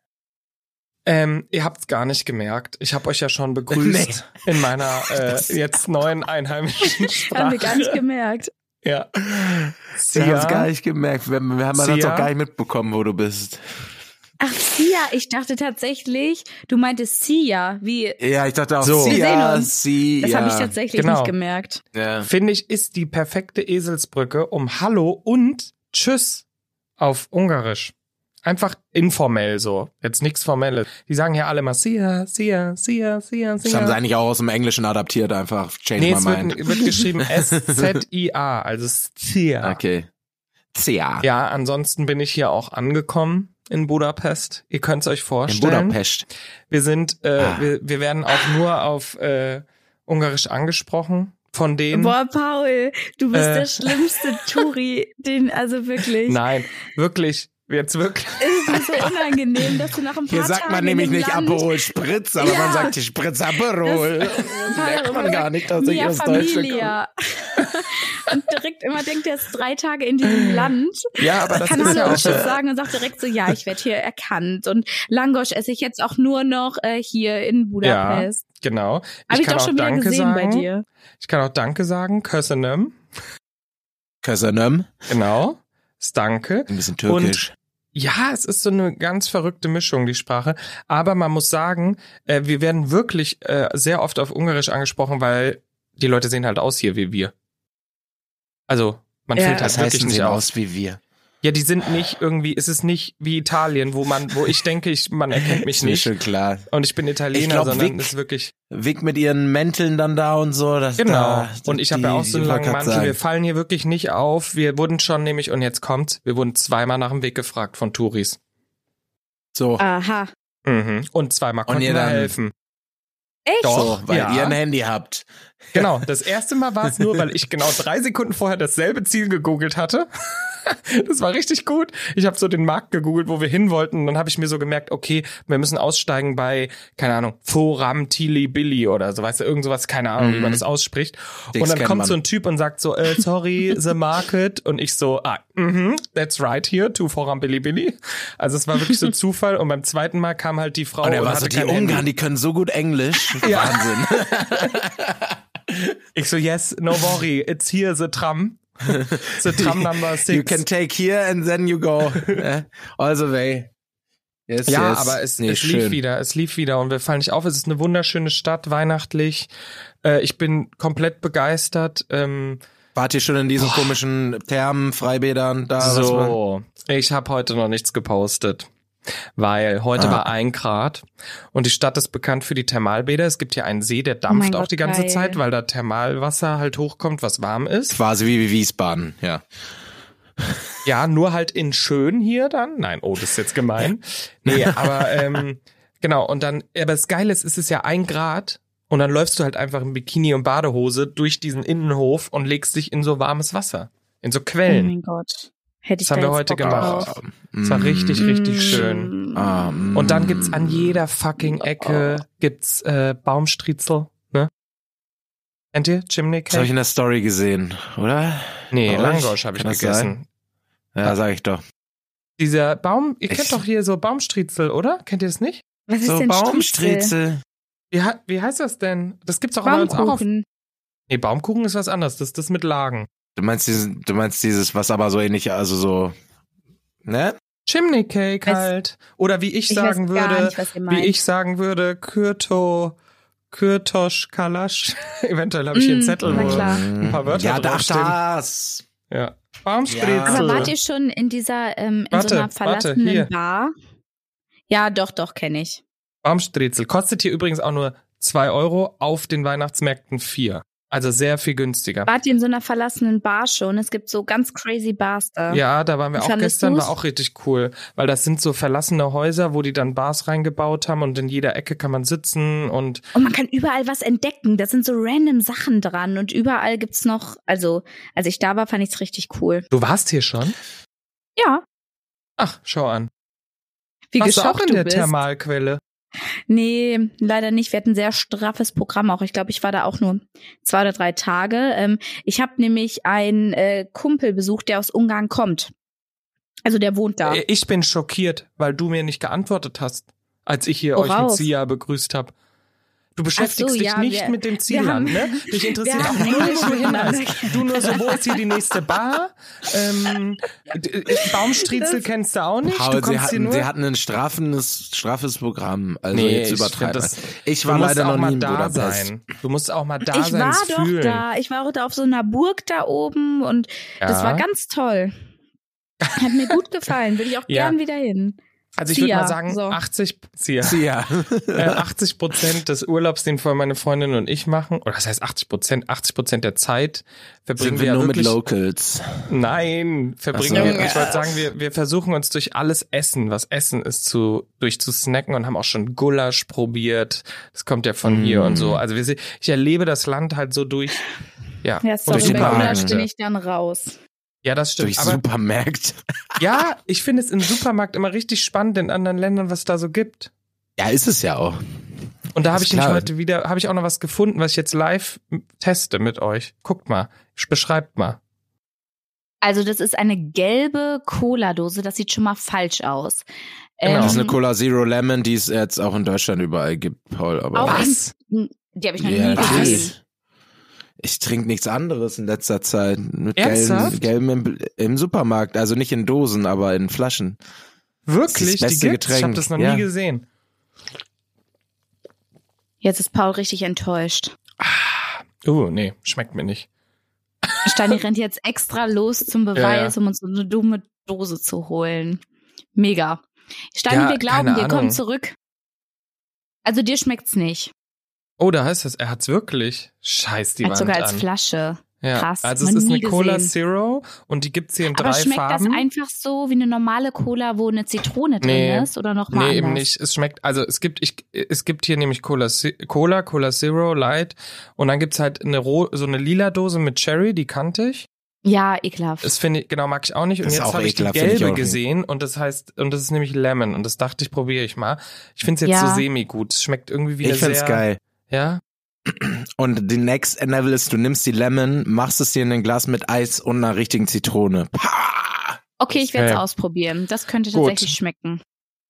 Speaker 1: Ähm, ihr habt's gar nicht gemerkt. Ich hab euch ja schon begrüßt in meiner äh, jetzt neuen einheimischen
Speaker 3: Haben wir
Speaker 1: Sprache.
Speaker 3: gar nicht gemerkt.
Speaker 1: Ja.
Speaker 2: Wir haben es
Speaker 1: Sia.
Speaker 2: gar nicht gemerkt. Wir, wir haben das
Speaker 1: Sia.
Speaker 2: auch gar nicht mitbekommen, wo du bist.
Speaker 3: Ach, Sia, ich dachte tatsächlich, du meintest Sia, wie,
Speaker 2: Ja, ich dachte auch,
Speaker 1: So.
Speaker 3: Wir sehen
Speaker 2: Sia,
Speaker 3: uns.
Speaker 2: Sia.
Speaker 3: das habe ich tatsächlich
Speaker 1: Genau.
Speaker 3: nicht gemerkt.
Speaker 2: Ja.
Speaker 1: Finde ich, ist die perfekte Eselsbrücke um Hallo und Tschüss auf Ungarisch. Einfach informell so. Jetzt nichts Formelles. Die sagen ja alle mal Sia, Sia, Sia, Sia,
Speaker 2: Das
Speaker 1: Sia.
Speaker 2: haben sie eigentlich auch aus dem Englischen adaptiert, einfach change
Speaker 1: Nee,
Speaker 2: my
Speaker 1: es
Speaker 2: mind.
Speaker 1: wird, wird geschrieben S-Z-I-A, also Sia.
Speaker 2: Okay. Cia.
Speaker 1: Ja, ansonsten bin ich hier auch angekommen in Budapest. Ihr könnt's euch
Speaker 2: in
Speaker 1: vorstellen.
Speaker 2: Budapest.
Speaker 1: Wir sind, äh,
Speaker 2: Ah.
Speaker 1: wir, wir werden auch nur auf äh, Ungarisch angesprochen von denen.
Speaker 3: Boah, Paul, du bist
Speaker 1: Äh.
Speaker 3: der schlimmste Touri, den, also wirklich.
Speaker 1: Nein, wirklich, jetzt wirklich.
Speaker 3: Es ist mir so unangenehm, dass du nach ein paar
Speaker 2: Hier sagt
Speaker 3: Tagen
Speaker 2: man nämlich
Speaker 3: in dem
Speaker 2: nicht
Speaker 3: Land,
Speaker 2: Aperol Spritz, aber
Speaker 3: Ja.
Speaker 2: man sagt die Spritz Aperol. Merkt man gar nicht, dass ich
Speaker 3: Mia
Speaker 2: aus Deutschland komme.
Speaker 3: Familia. und direkt immer denkt, er ist drei Tage in diesem Land.
Speaker 1: Ja, aber das
Speaker 3: Kann
Speaker 1: ist
Speaker 3: man
Speaker 1: ja
Speaker 3: auch
Speaker 1: auch
Speaker 3: schon
Speaker 1: so.
Speaker 3: sagen und sagt direkt so, ja, ich werde hier erkannt. Und Langosch esse ich jetzt auch nur noch äh, hier in Budapest.
Speaker 1: Genau.
Speaker 3: Hab ich
Speaker 1: kann
Speaker 3: doch schon
Speaker 1: auch
Speaker 3: wieder
Speaker 1: Danke
Speaker 3: gesehen
Speaker 1: sagen.
Speaker 3: bei dir.
Speaker 1: Ich kann auch Danke sagen. Kösenem.
Speaker 2: Kösenem.
Speaker 1: Genau. Ist Danke.
Speaker 2: Ein bisschen türkisch.
Speaker 1: Ja, es ist so eine ganz verrückte Mischung, die Sprache. Aber man muss sagen, äh, wir werden wirklich äh, sehr oft auf Ungarisch angesprochen, weil die Leute sehen halt aus hier wie wir. Also, man
Speaker 3: Ja.
Speaker 1: fällt halt
Speaker 2: das heißt,
Speaker 1: wirklich
Speaker 2: sie
Speaker 1: nicht
Speaker 2: sehen
Speaker 1: aus.
Speaker 2: aus wie wir.
Speaker 1: Ja, die sind nicht irgendwie, es ist nicht wie Italien, wo man, wo ich denke, ich, man erkennt mich
Speaker 2: Ist mir
Speaker 1: nicht.
Speaker 2: schon klar.
Speaker 1: Und ich bin Italiener,
Speaker 2: Ich glaub,
Speaker 1: sondern
Speaker 2: Vic-
Speaker 1: es ist wirklich.
Speaker 2: Wick mit ihren Mänteln dann da und so. Das
Speaker 1: Genau.
Speaker 2: Da,
Speaker 1: und ich habe
Speaker 2: die-
Speaker 1: ja auch so einen
Speaker 2: die
Speaker 1: langen
Speaker 2: wollte
Speaker 1: Mantel.
Speaker 2: grad
Speaker 1: Wir
Speaker 2: sagen.
Speaker 1: fallen hier wirklich nicht auf. Wir wurden schon nämlich, und jetzt kommt's, wir wurden zweimal nach dem Weg gefragt von Touris.
Speaker 2: So,
Speaker 3: Aha.
Speaker 1: Mhm. Und zweimal
Speaker 2: Und
Speaker 1: konnten
Speaker 2: ihr
Speaker 1: wir
Speaker 2: dann-
Speaker 1: helfen.
Speaker 3: Echt?
Speaker 1: Doch,
Speaker 2: so weil
Speaker 1: ja.
Speaker 2: ihr ein Handy habt.
Speaker 1: Genau, das erste Mal war es nur, weil ich genau drei Sekunden vorher dasselbe Ziel gegoogelt hatte. Das war richtig gut. Ich habe so den Markt gegoogelt, wo wir hin wollten. Und dann habe ich mir so gemerkt, okay, wir müssen aussteigen bei, keine Ahnung, Foram Tili Billy oder so, weißt du, irgend sowas, keine Ahnung, wie
Speaker 2: Mhm.
Speaker 1: man das ausspricht.
Speaker 2: Dings
Speaker 1: und dann
Speaker 2: kennt
Speaker 1: kommt
Speaker 2: man.
Speaker 1: so ein Typ und sagt so, äh, sorry, the market. Und ich so, ah, mhm, that's right here, to Foram Billy Billy. Also es war wirklich so Zufall. Und beim zweiten Mal kam halt die Frau
Speaker 2: Und
Speaker 1: und,
Speaker 2: er war so,
Speaker 1: hatte
Speaker 2: die
Speaker 1: kein Handy.
Speaker 2: Ungarn, die können so gut Englisch. Wahnsinn.
Speaker 1: Ich so, yes, no worry, it's here, the tram. The tram number six.
Speaker 2: You can take here and then you go. Eh, All the way. Yes,
Speaker 1: ja,
Speaker 2: yes.
Speaker 1: aber es,
Speaker 2: Nee,
Speaker 1: es
Speaker 2: schön.
Speaker 1: lief wieder, es lief wieder und wir fallen nicht auf. Es ist eine wunderschöne Stadt, weihnachtlich. Äh, ich bin komplett begeistert. Ähm,
Speaker 2: Wart ihr schon in diesen komischen Thermen, Freibädern da? Ah, was man-
Speaker 1: so, ich habe heute noch nichts gepostet, weil heute
Speaker 2: Ah.
Speaker 1: war ein Grad und die Stadt ist bekannt für die Thermalbäder. Es gibt hier einen See, der
Speaker 3: Oh mein
Speaker 1: dampft auch
Speaker 3: Gott,
Speaker 1: die ganze
Speaker 3: geil.
Speaker 1: Zeit, weil da Thermalwasser halt hochkommt, was warm ist.
Speaker 2: Quasi wie Wiesbaden, ja.
Speaker 1: Ja, nur halt in schön hier dann. Nein, oh, das ist jetzt gemein. Nee, aber ähm, genau, und dann, aber das Geile ist, es ist ja ein Grad und dann läufst du halt einfach in Bikini und Badehose durch diesen Innenhof und legst dich in so warmes Wasser. In so
Speaker 3: Oh
Speaker 1: Quellen.
Speaker 3: mein Gott. Hätte ich
Speaker 1: Das haben
Speaker 3: da
Speaker 1: wir
Speaker 3: jetzt
Speaker 1: heute
Speaker 3: Bock
Speaker 1: gemacht.
Speaker 3: drauf.
Speaker 1: Das Genau. war richtig, richtig
Speaker 3: Mm.
Speaker 1: schön.
Speaker 2: Ah, mm.
Speaker 1: Und dann gibt's an jeder fucking Ecke
Speaker 2: Oh.
Speaker 1: gibt's äh, Baumstriezel, ne? Kennt ihr? Chimney
Speaker 2: Das habe ich
Speaker 1: Cake?
Speaker 2: in der Story gesehen, oder?
Speaker 1: Nee,
Speaker 2: Oder?
Speaker 1: Langosch habe ich
Speaker 2: Kann das
Speaker 1: gegessen.
Speaker 2: sein? Ja, sag ich doch.
Speaker 1: Dieser Baum, ihr
Speaker 2: Ich-
Speaker 1: kennt doch hier so Baumstriezel, oder? Kennt ihr das nicht?
Speaker 3: Was ist
Speaker 2: So
Speaker 3: denn Striezel?
Speaker 2: Baumstriezel.
Speaker 1: Wie, hei- wie heißt das denn? Das gibt's auch bei uns auch auf.
Speaker 3: Baumkuchen.
Speaker 1: Nee, Baumkuchen ist was anderes. Das ist das mit Lagen.
Speaker 2: Du meinst diesen, du meinst dieses, was aber so ähnlich, also so, ne?
Speaker 1: Chimney Cake
Speaker 3: Weiß-
Speaker 1: halt. Oder wie ich,
Speaker 3: Ich
Speaker 1: sagen
Speaker 3: weiß gar
Speaker 1: würde,
Speaker 3: nicht, was ihr meint.
Speaker 1: wie ich sagen würde, Kürto, Kürtosch, Kalasch. Eventuell habe ich hier einen
Speaker 3: Mm,
Speaker 1: Zettel.
Speaker 3: na
Speaker 1: wo-
Speaker 3: klar.
Speaker 1: ein paar Wörter
Speaker 2: Mhm. Ja, da-
Speaker 1: draufstehen.
Speaker 2: das.
Speaker 1: Ja. Baumstriezel.
Speaker 2: Ja.
Speaker 3: Aber wart ihr schon in dieser, ähm, in
Speaker 1: Warte,
Speaker 3: so einer
Speaker 1: warte, hier.
Speaker 3: verlassenen Bar? Ja, doch, doch, kenne ich.
Speaker 1: Baumstriezel. Kostet hier übrigens auch nur zwei Euro, auf den Weihnachtsmärkten vier. Also sehr viel günstiger.
Speaker 3: Wart ihr in so einer verlassenen Bar schon? Es gibt so ganz crazy Bars da.
Speaker 1: Ja, da waren wir
Speaker 3: Wie
Speaker 1: auch
Speaker 3: fandest
Speaker 1: gestern,
Speaker 3: du's?
Speaker 1: war auch richtig cool, weil das sind so verlassene Häuser, wo die dann Bars reingebaut haben und in jeder Ecke kann man sitzen und
Speaker 3: Und man kann überall was entdecken. Da sind so random Sachen dran. Und überall gibt's noch, also, als ich da war, fand ich's richtig cool.
Speaker 1: Du warst hier schon?
Speaker 3: Ja,
Speaker 1: Ach, schau an.
Speaker 3: wie
Speaker 1: Warst du
Speaker 3: geschockt
Speaker 1: auch in
Speaker 3: du
Speaker 1: der
Speaker 3: bist.
Speaker 1: Thermalquelle?
Speaker 3: Nee, leider nicht. Wir hatten ein sehr straffes Programm auch. Ich glaube, ich war da auch nur zwei oder drei Tage. Ähm, ich habe nämlich einen äh, Kumpel besucht, der aus Ungarn kommt. Also der wohnt da.
Speaker 1: Äh, Ich bin schockiert, weil du mir nicht geantwortet hast, als ich hier euch
Speaker 3: Worauf?
Speaker 1: mit Zia begrüßt habe. Du beschäftigst
Speaker 3: so,
Speaker 1: dich
Speaker 3: ja,
Speaker 1: nicht
Speaker 3: wir-
Speaker 1: mit dem
Speaker 3: haben-
Speaker 1: Zielland, ne? Dich interessiert
Speaker 3: wir
Speaker 1: auch
Speaker 3: haben
Speaker 1: nur,
Speaker 3: Englisch
Speaker 1: wo du hin
Speaker 3: miteinander
Speaker 1: hast. Du nur so, wo ist hier die nächste Bar? Ähm, d- äh, Baumstriezel
Speaker 3: Das-
Speaker 1: kennst du auch nicht. du
Speaker 2: Paul, sie
Speaker 1: kommst hier
Speaker 2: hatten,
Speaker 1: nur.
Speaker 2: sie hatten ein straffendes, straffes Programm. Also
Speaker 1: Nee,
Speaker 2: jetzt
Speaker 1: ich
Speaker 2: übertreibt
Speaker 1: find
Speaker 2: man.
Speaker 1: das-
Speaker 2: Ich
Speaker 1: du
Speaker 2: war
Speaker 1: musst
Speaker 2: leider
Speaker 1: auch
Speaker 2: noch
Speaker 1: mal
Speaker 2: nie in
Speaker 1: da
Speaker 2: Budapest.
Speaker 1: sein. Du musst auch mal da
Speaker 3: ich
Speaker 1: sein.
Speaker 3: war doch
Speaker 1: fühlen.
Speaker 3: da. Ich war heute auf so einer Burg da oben und das
Speaker 1: Ja.
Speaker 3: war ganz toll. Hat mir gut gefallen, würde ich auch
Speaker 1: Ja.
Speaker 3: gern wieder hin.
Speaker 1: Also ich würde
Speaker 3: Sia,
Speaker 1: mal sagen,
Speaker 3: so.
Speaker 1: 80, Sia,
Speaker 2: Ja.
Speaker 1: äh, 80 Prozent des Urlaubs, den vorher meine Freundin und ich machen, oder das heißt 80 Prozent, 80 Prozent der Zeit verbringen
Speaker 2: Sind wir
Speaker 1: ja
Speaker 2: nur mit
Speaker 1: wirklich,
Speaker 2: Locals.
Speaker 1: Nein, verbringen
Speaker 2: Ach so.
Speaker 1: wir, ich wollte sagen, wir, wir versuchen uns durch alles Essen, was Essen ist, zu, durch zu snacken und haben auch schon Gulasch probiert. Das kommt ja von
Speaker 2: Mm.
Speaker 1: hier und so. Also wir, se- ich erlebe das Land halt so durch, ja,
Speaker 3: Ja,
Speaker 1: durch
Speaker 3: sorry,
Speaker 2: die
Speaker 3: bei
Speaker 2: Parken.
Speaker 3: Gulasch bin ich dann raus.
Speaker 1: Ja, das stimmt.
Speaker 2: Durch
Speaker 1: Aber
Speaker 2: Supermärkte.
Speaker 1: ja, ich finde es im Supermarkt immer richtig spannend in anderen Ländern, was es da so gibt.
Speaker 2: Ja, ist es ja auch.
Speaker 1: Und da
Speaker 2: Ist
Speaker 1: habe ich mich
Speaker 2: klar.
Speaker 1: heute wieder, habe ich auch noch was gefunden, was ich jetzt live m- teste mit euch. Guckt mal, sch- beschreibt mal.
Speaker 3: Also das ist eine gelbe Cola-Dose, das sieht schon mal falsch aus.
Speaker 1: Genau.
Speaker 2: Das ist eine
Speaker 3: Ähm,
Speaker 2: Cola Zero Lemon, die es jetzt auch in Deutschland überall gibt, Paul. Aber
Speaker 3: Auch
Speaker 1: Was?
Speaker 3: in- Die habe ich noch
Speaker 2: Ja,
Speaker 3: nie gesehen.
Speaker 2: natürlich. Ich trinke nichts anderes in letzter Zeit. Mit gelben,
Speaker 1: Ernsthaft?
Speaker 2: gelben im, im Supermarkt. Also nicht in Dosen, aber in Flaschen.
Speaker 1: Wirklich?
Speaker 2: Das
Speaker 1: Die
Speaker 2: beste
Speaker 1: gibt's? Ich habe
Speaker 2: Getränk,
Speaker 1: das noch
Speaker 2: ja.
Speaker 1: nie gesehen.
Speaker 3: Jetzt ist Paul richtig enttäuscht.
Speaker 1: Oh, nee, schmeckt mir nicht.
Speaker 3: Steini rennt jetzt extra los zum Beweis, um uns so eine dumme Dose zu holen. Mega. Steini,
Speaker 1: Ja,
Speaker 3: wir glauben
Speaker 1: keine
Speaker 3: dir, komm
Speaker 1: Ahnung.
Speaker 3: zurück. Also dir schmeckt's nicht.
Speaker 1: Oh, da heißt es, er hat's wirklich. Scheiß die
Speaker 3: Als
Speaker 1: Wand
Speaker 3: sogar als
Speaker 1: an.
Speaker 3: Flasche.
Speaker 1: ja.
Speaker 3: Krass,
Speaker 1: Also es
Speaker 3: noch
Speaker 1: ist
Speaker 3: nie
Speaker 1: eine Cola
Speaker 3: gesehen.
Speaker 1: Zero und die gibt's hier in
Speaker 3: Aber
Speaker 1: drei
Speaker 3: schmeckt das
Speaker 1: Farben.
Speaker 3: einfach so wie eine normale Cola, wo eine Zitrone drin
Speaker 1: Nee.
Speaker 3: ist? Oder
Speaker 1: nee,
Speaker 3: nochmal anders?
Speaker 1: eben nicht. Es schmeckt, also es gibt, ich, es gibt hier nämlich Cola, Si- Cola, Cola Zero, Light und dann gibt's halt eine ro so eine lila Dose mit Cherry, die kannte ich.
Speaker 3: Ja, ekelhaft.
Speaker 1: Das finde ich, genau, mag ich auch nicht. Und
Speaker 2: Das ist
Speaker 1: jetzt
Speaker 2: auch
Speaker 1: habe ich die
Speaker 2: ekelhaft, finde ich
Speaker 1: gelbe
Speaker 2: auch nicht.
Speaker 1: gesehen und das heißt, und das ist nämlich Lemon und das dachte ich, probiere ich mal. Ich finde es jetzt
Speaker 3: Ja.
Speaker 1: so semi-gut. Es schmeckt irgendwie wieder
Speaker 2: Ich
Speaker 1: sehr.
Speaker 2: find's geil.
Speaker 1: Ja?
Speaker 2: Und die next level ist, du nimmst die Lemon, machst es dir in ein Glas mit Eis und einer richtigen Zitrone. Pah!
Speaker 3: okay, ich werde es
Speaker 1: Okay.
Speaker 3: ausprobieren. Das könnte
Speaker 1: Gut.
Speaker 3: tatsächlich schmecken.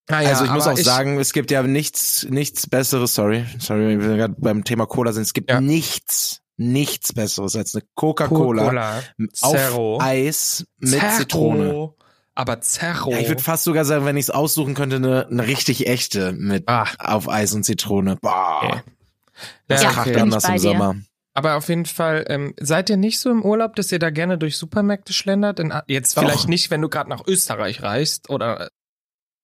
Speaker 2: also ich muss
Speaker 1: Ah, aber
Speaker 2: auch sagen, es gibt ja nichts, nichts besseres, sorry, sorry, wenn wir gerade beim Thema Cola sind, es gibt
Speaker 1: Ja.
Speaker 2: nichts, nichts besseres als eine
Speaker 1: Coca-Cola,
Speaker 2: Coca-Cola auf
Speaker 1: Zero.
Speaker 2: Eis mit
Speaker 1: Zerro.
Speaker 2: Zitrone.
Speaker 1: Aber Zerro.
Speaker 2: Ja, ich würde fast sogar sagen, wenn ich es aussuchen könnte, eine, eine richtig echte mit
Speaker 1: ah,
Speaker 2: auf Eis und Zitrone.
Speaker 1: okay.
Speaker 2: Boah, das
Speaker 3: Ja,
Speaker 2: kracht
Speaker 3: bin ich
Speaker 2: anders
Speaker 3: bei
Speaker 2: im
Speaker 3: dir.
Speaker 2: Sommer.
Speaker 1: Aber auf jeden Fall, ähm, seid ihr nicht so im Urlaub, dass ihr da gerne durch Supermärkte schlendert? In, a- jetzt
Speaker 2: Doch.
Speaker 1: vielleicht nicht, wenn du gerade nach Österreich reist oder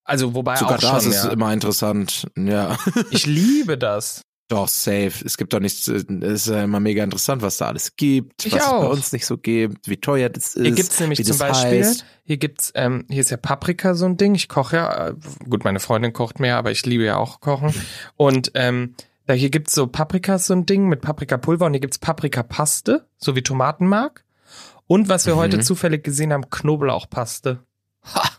Speaker 1: also wobei
Speaker 2: Sogar
Speaker 1: auch
Speaker 2: das
Speaker 1: schon,
Speaker 2: ist
Speaker 1: ja.
Speaker 2: immer interessant. Ja,
Speaker 1: Ich liebe das.
Speaker 2: doch safe. Es gibt doch nichts. Es ist ja immer mega interessant, was da alles gibt,
Speaker 1: Ich
Speaker 2: was es bei
Speaker 1: auch.
Speaker 2: uns nicht so gibt, wie teuer das ist.
Speaker 1: Hier gibt's nämlich
Speaker 2: wie
Speaker 1: zum
Speaker 2: das
Speaker 1: Beispiel,
Speaker 2: heißt.
Speaker 1: hier gibt's, ähm, hier ist ja Paprika so ein Ding. Ich koche ja, äh, gut, meine Freundin kocht mehr, aber ich liebe ja auch kochen.
Speaker 2: Mhm.
Speaker 1: Und ähm, da hier gibt's so Paprikas so ein Ding mit Paprikapulver und hier gibt's Paprikapaste, so wie Tomatenmark. Und was wir
Speaker 2: Mhm.
Speaker 1: heute zufällig gesehen haben, Knoblauchpaste. Ha!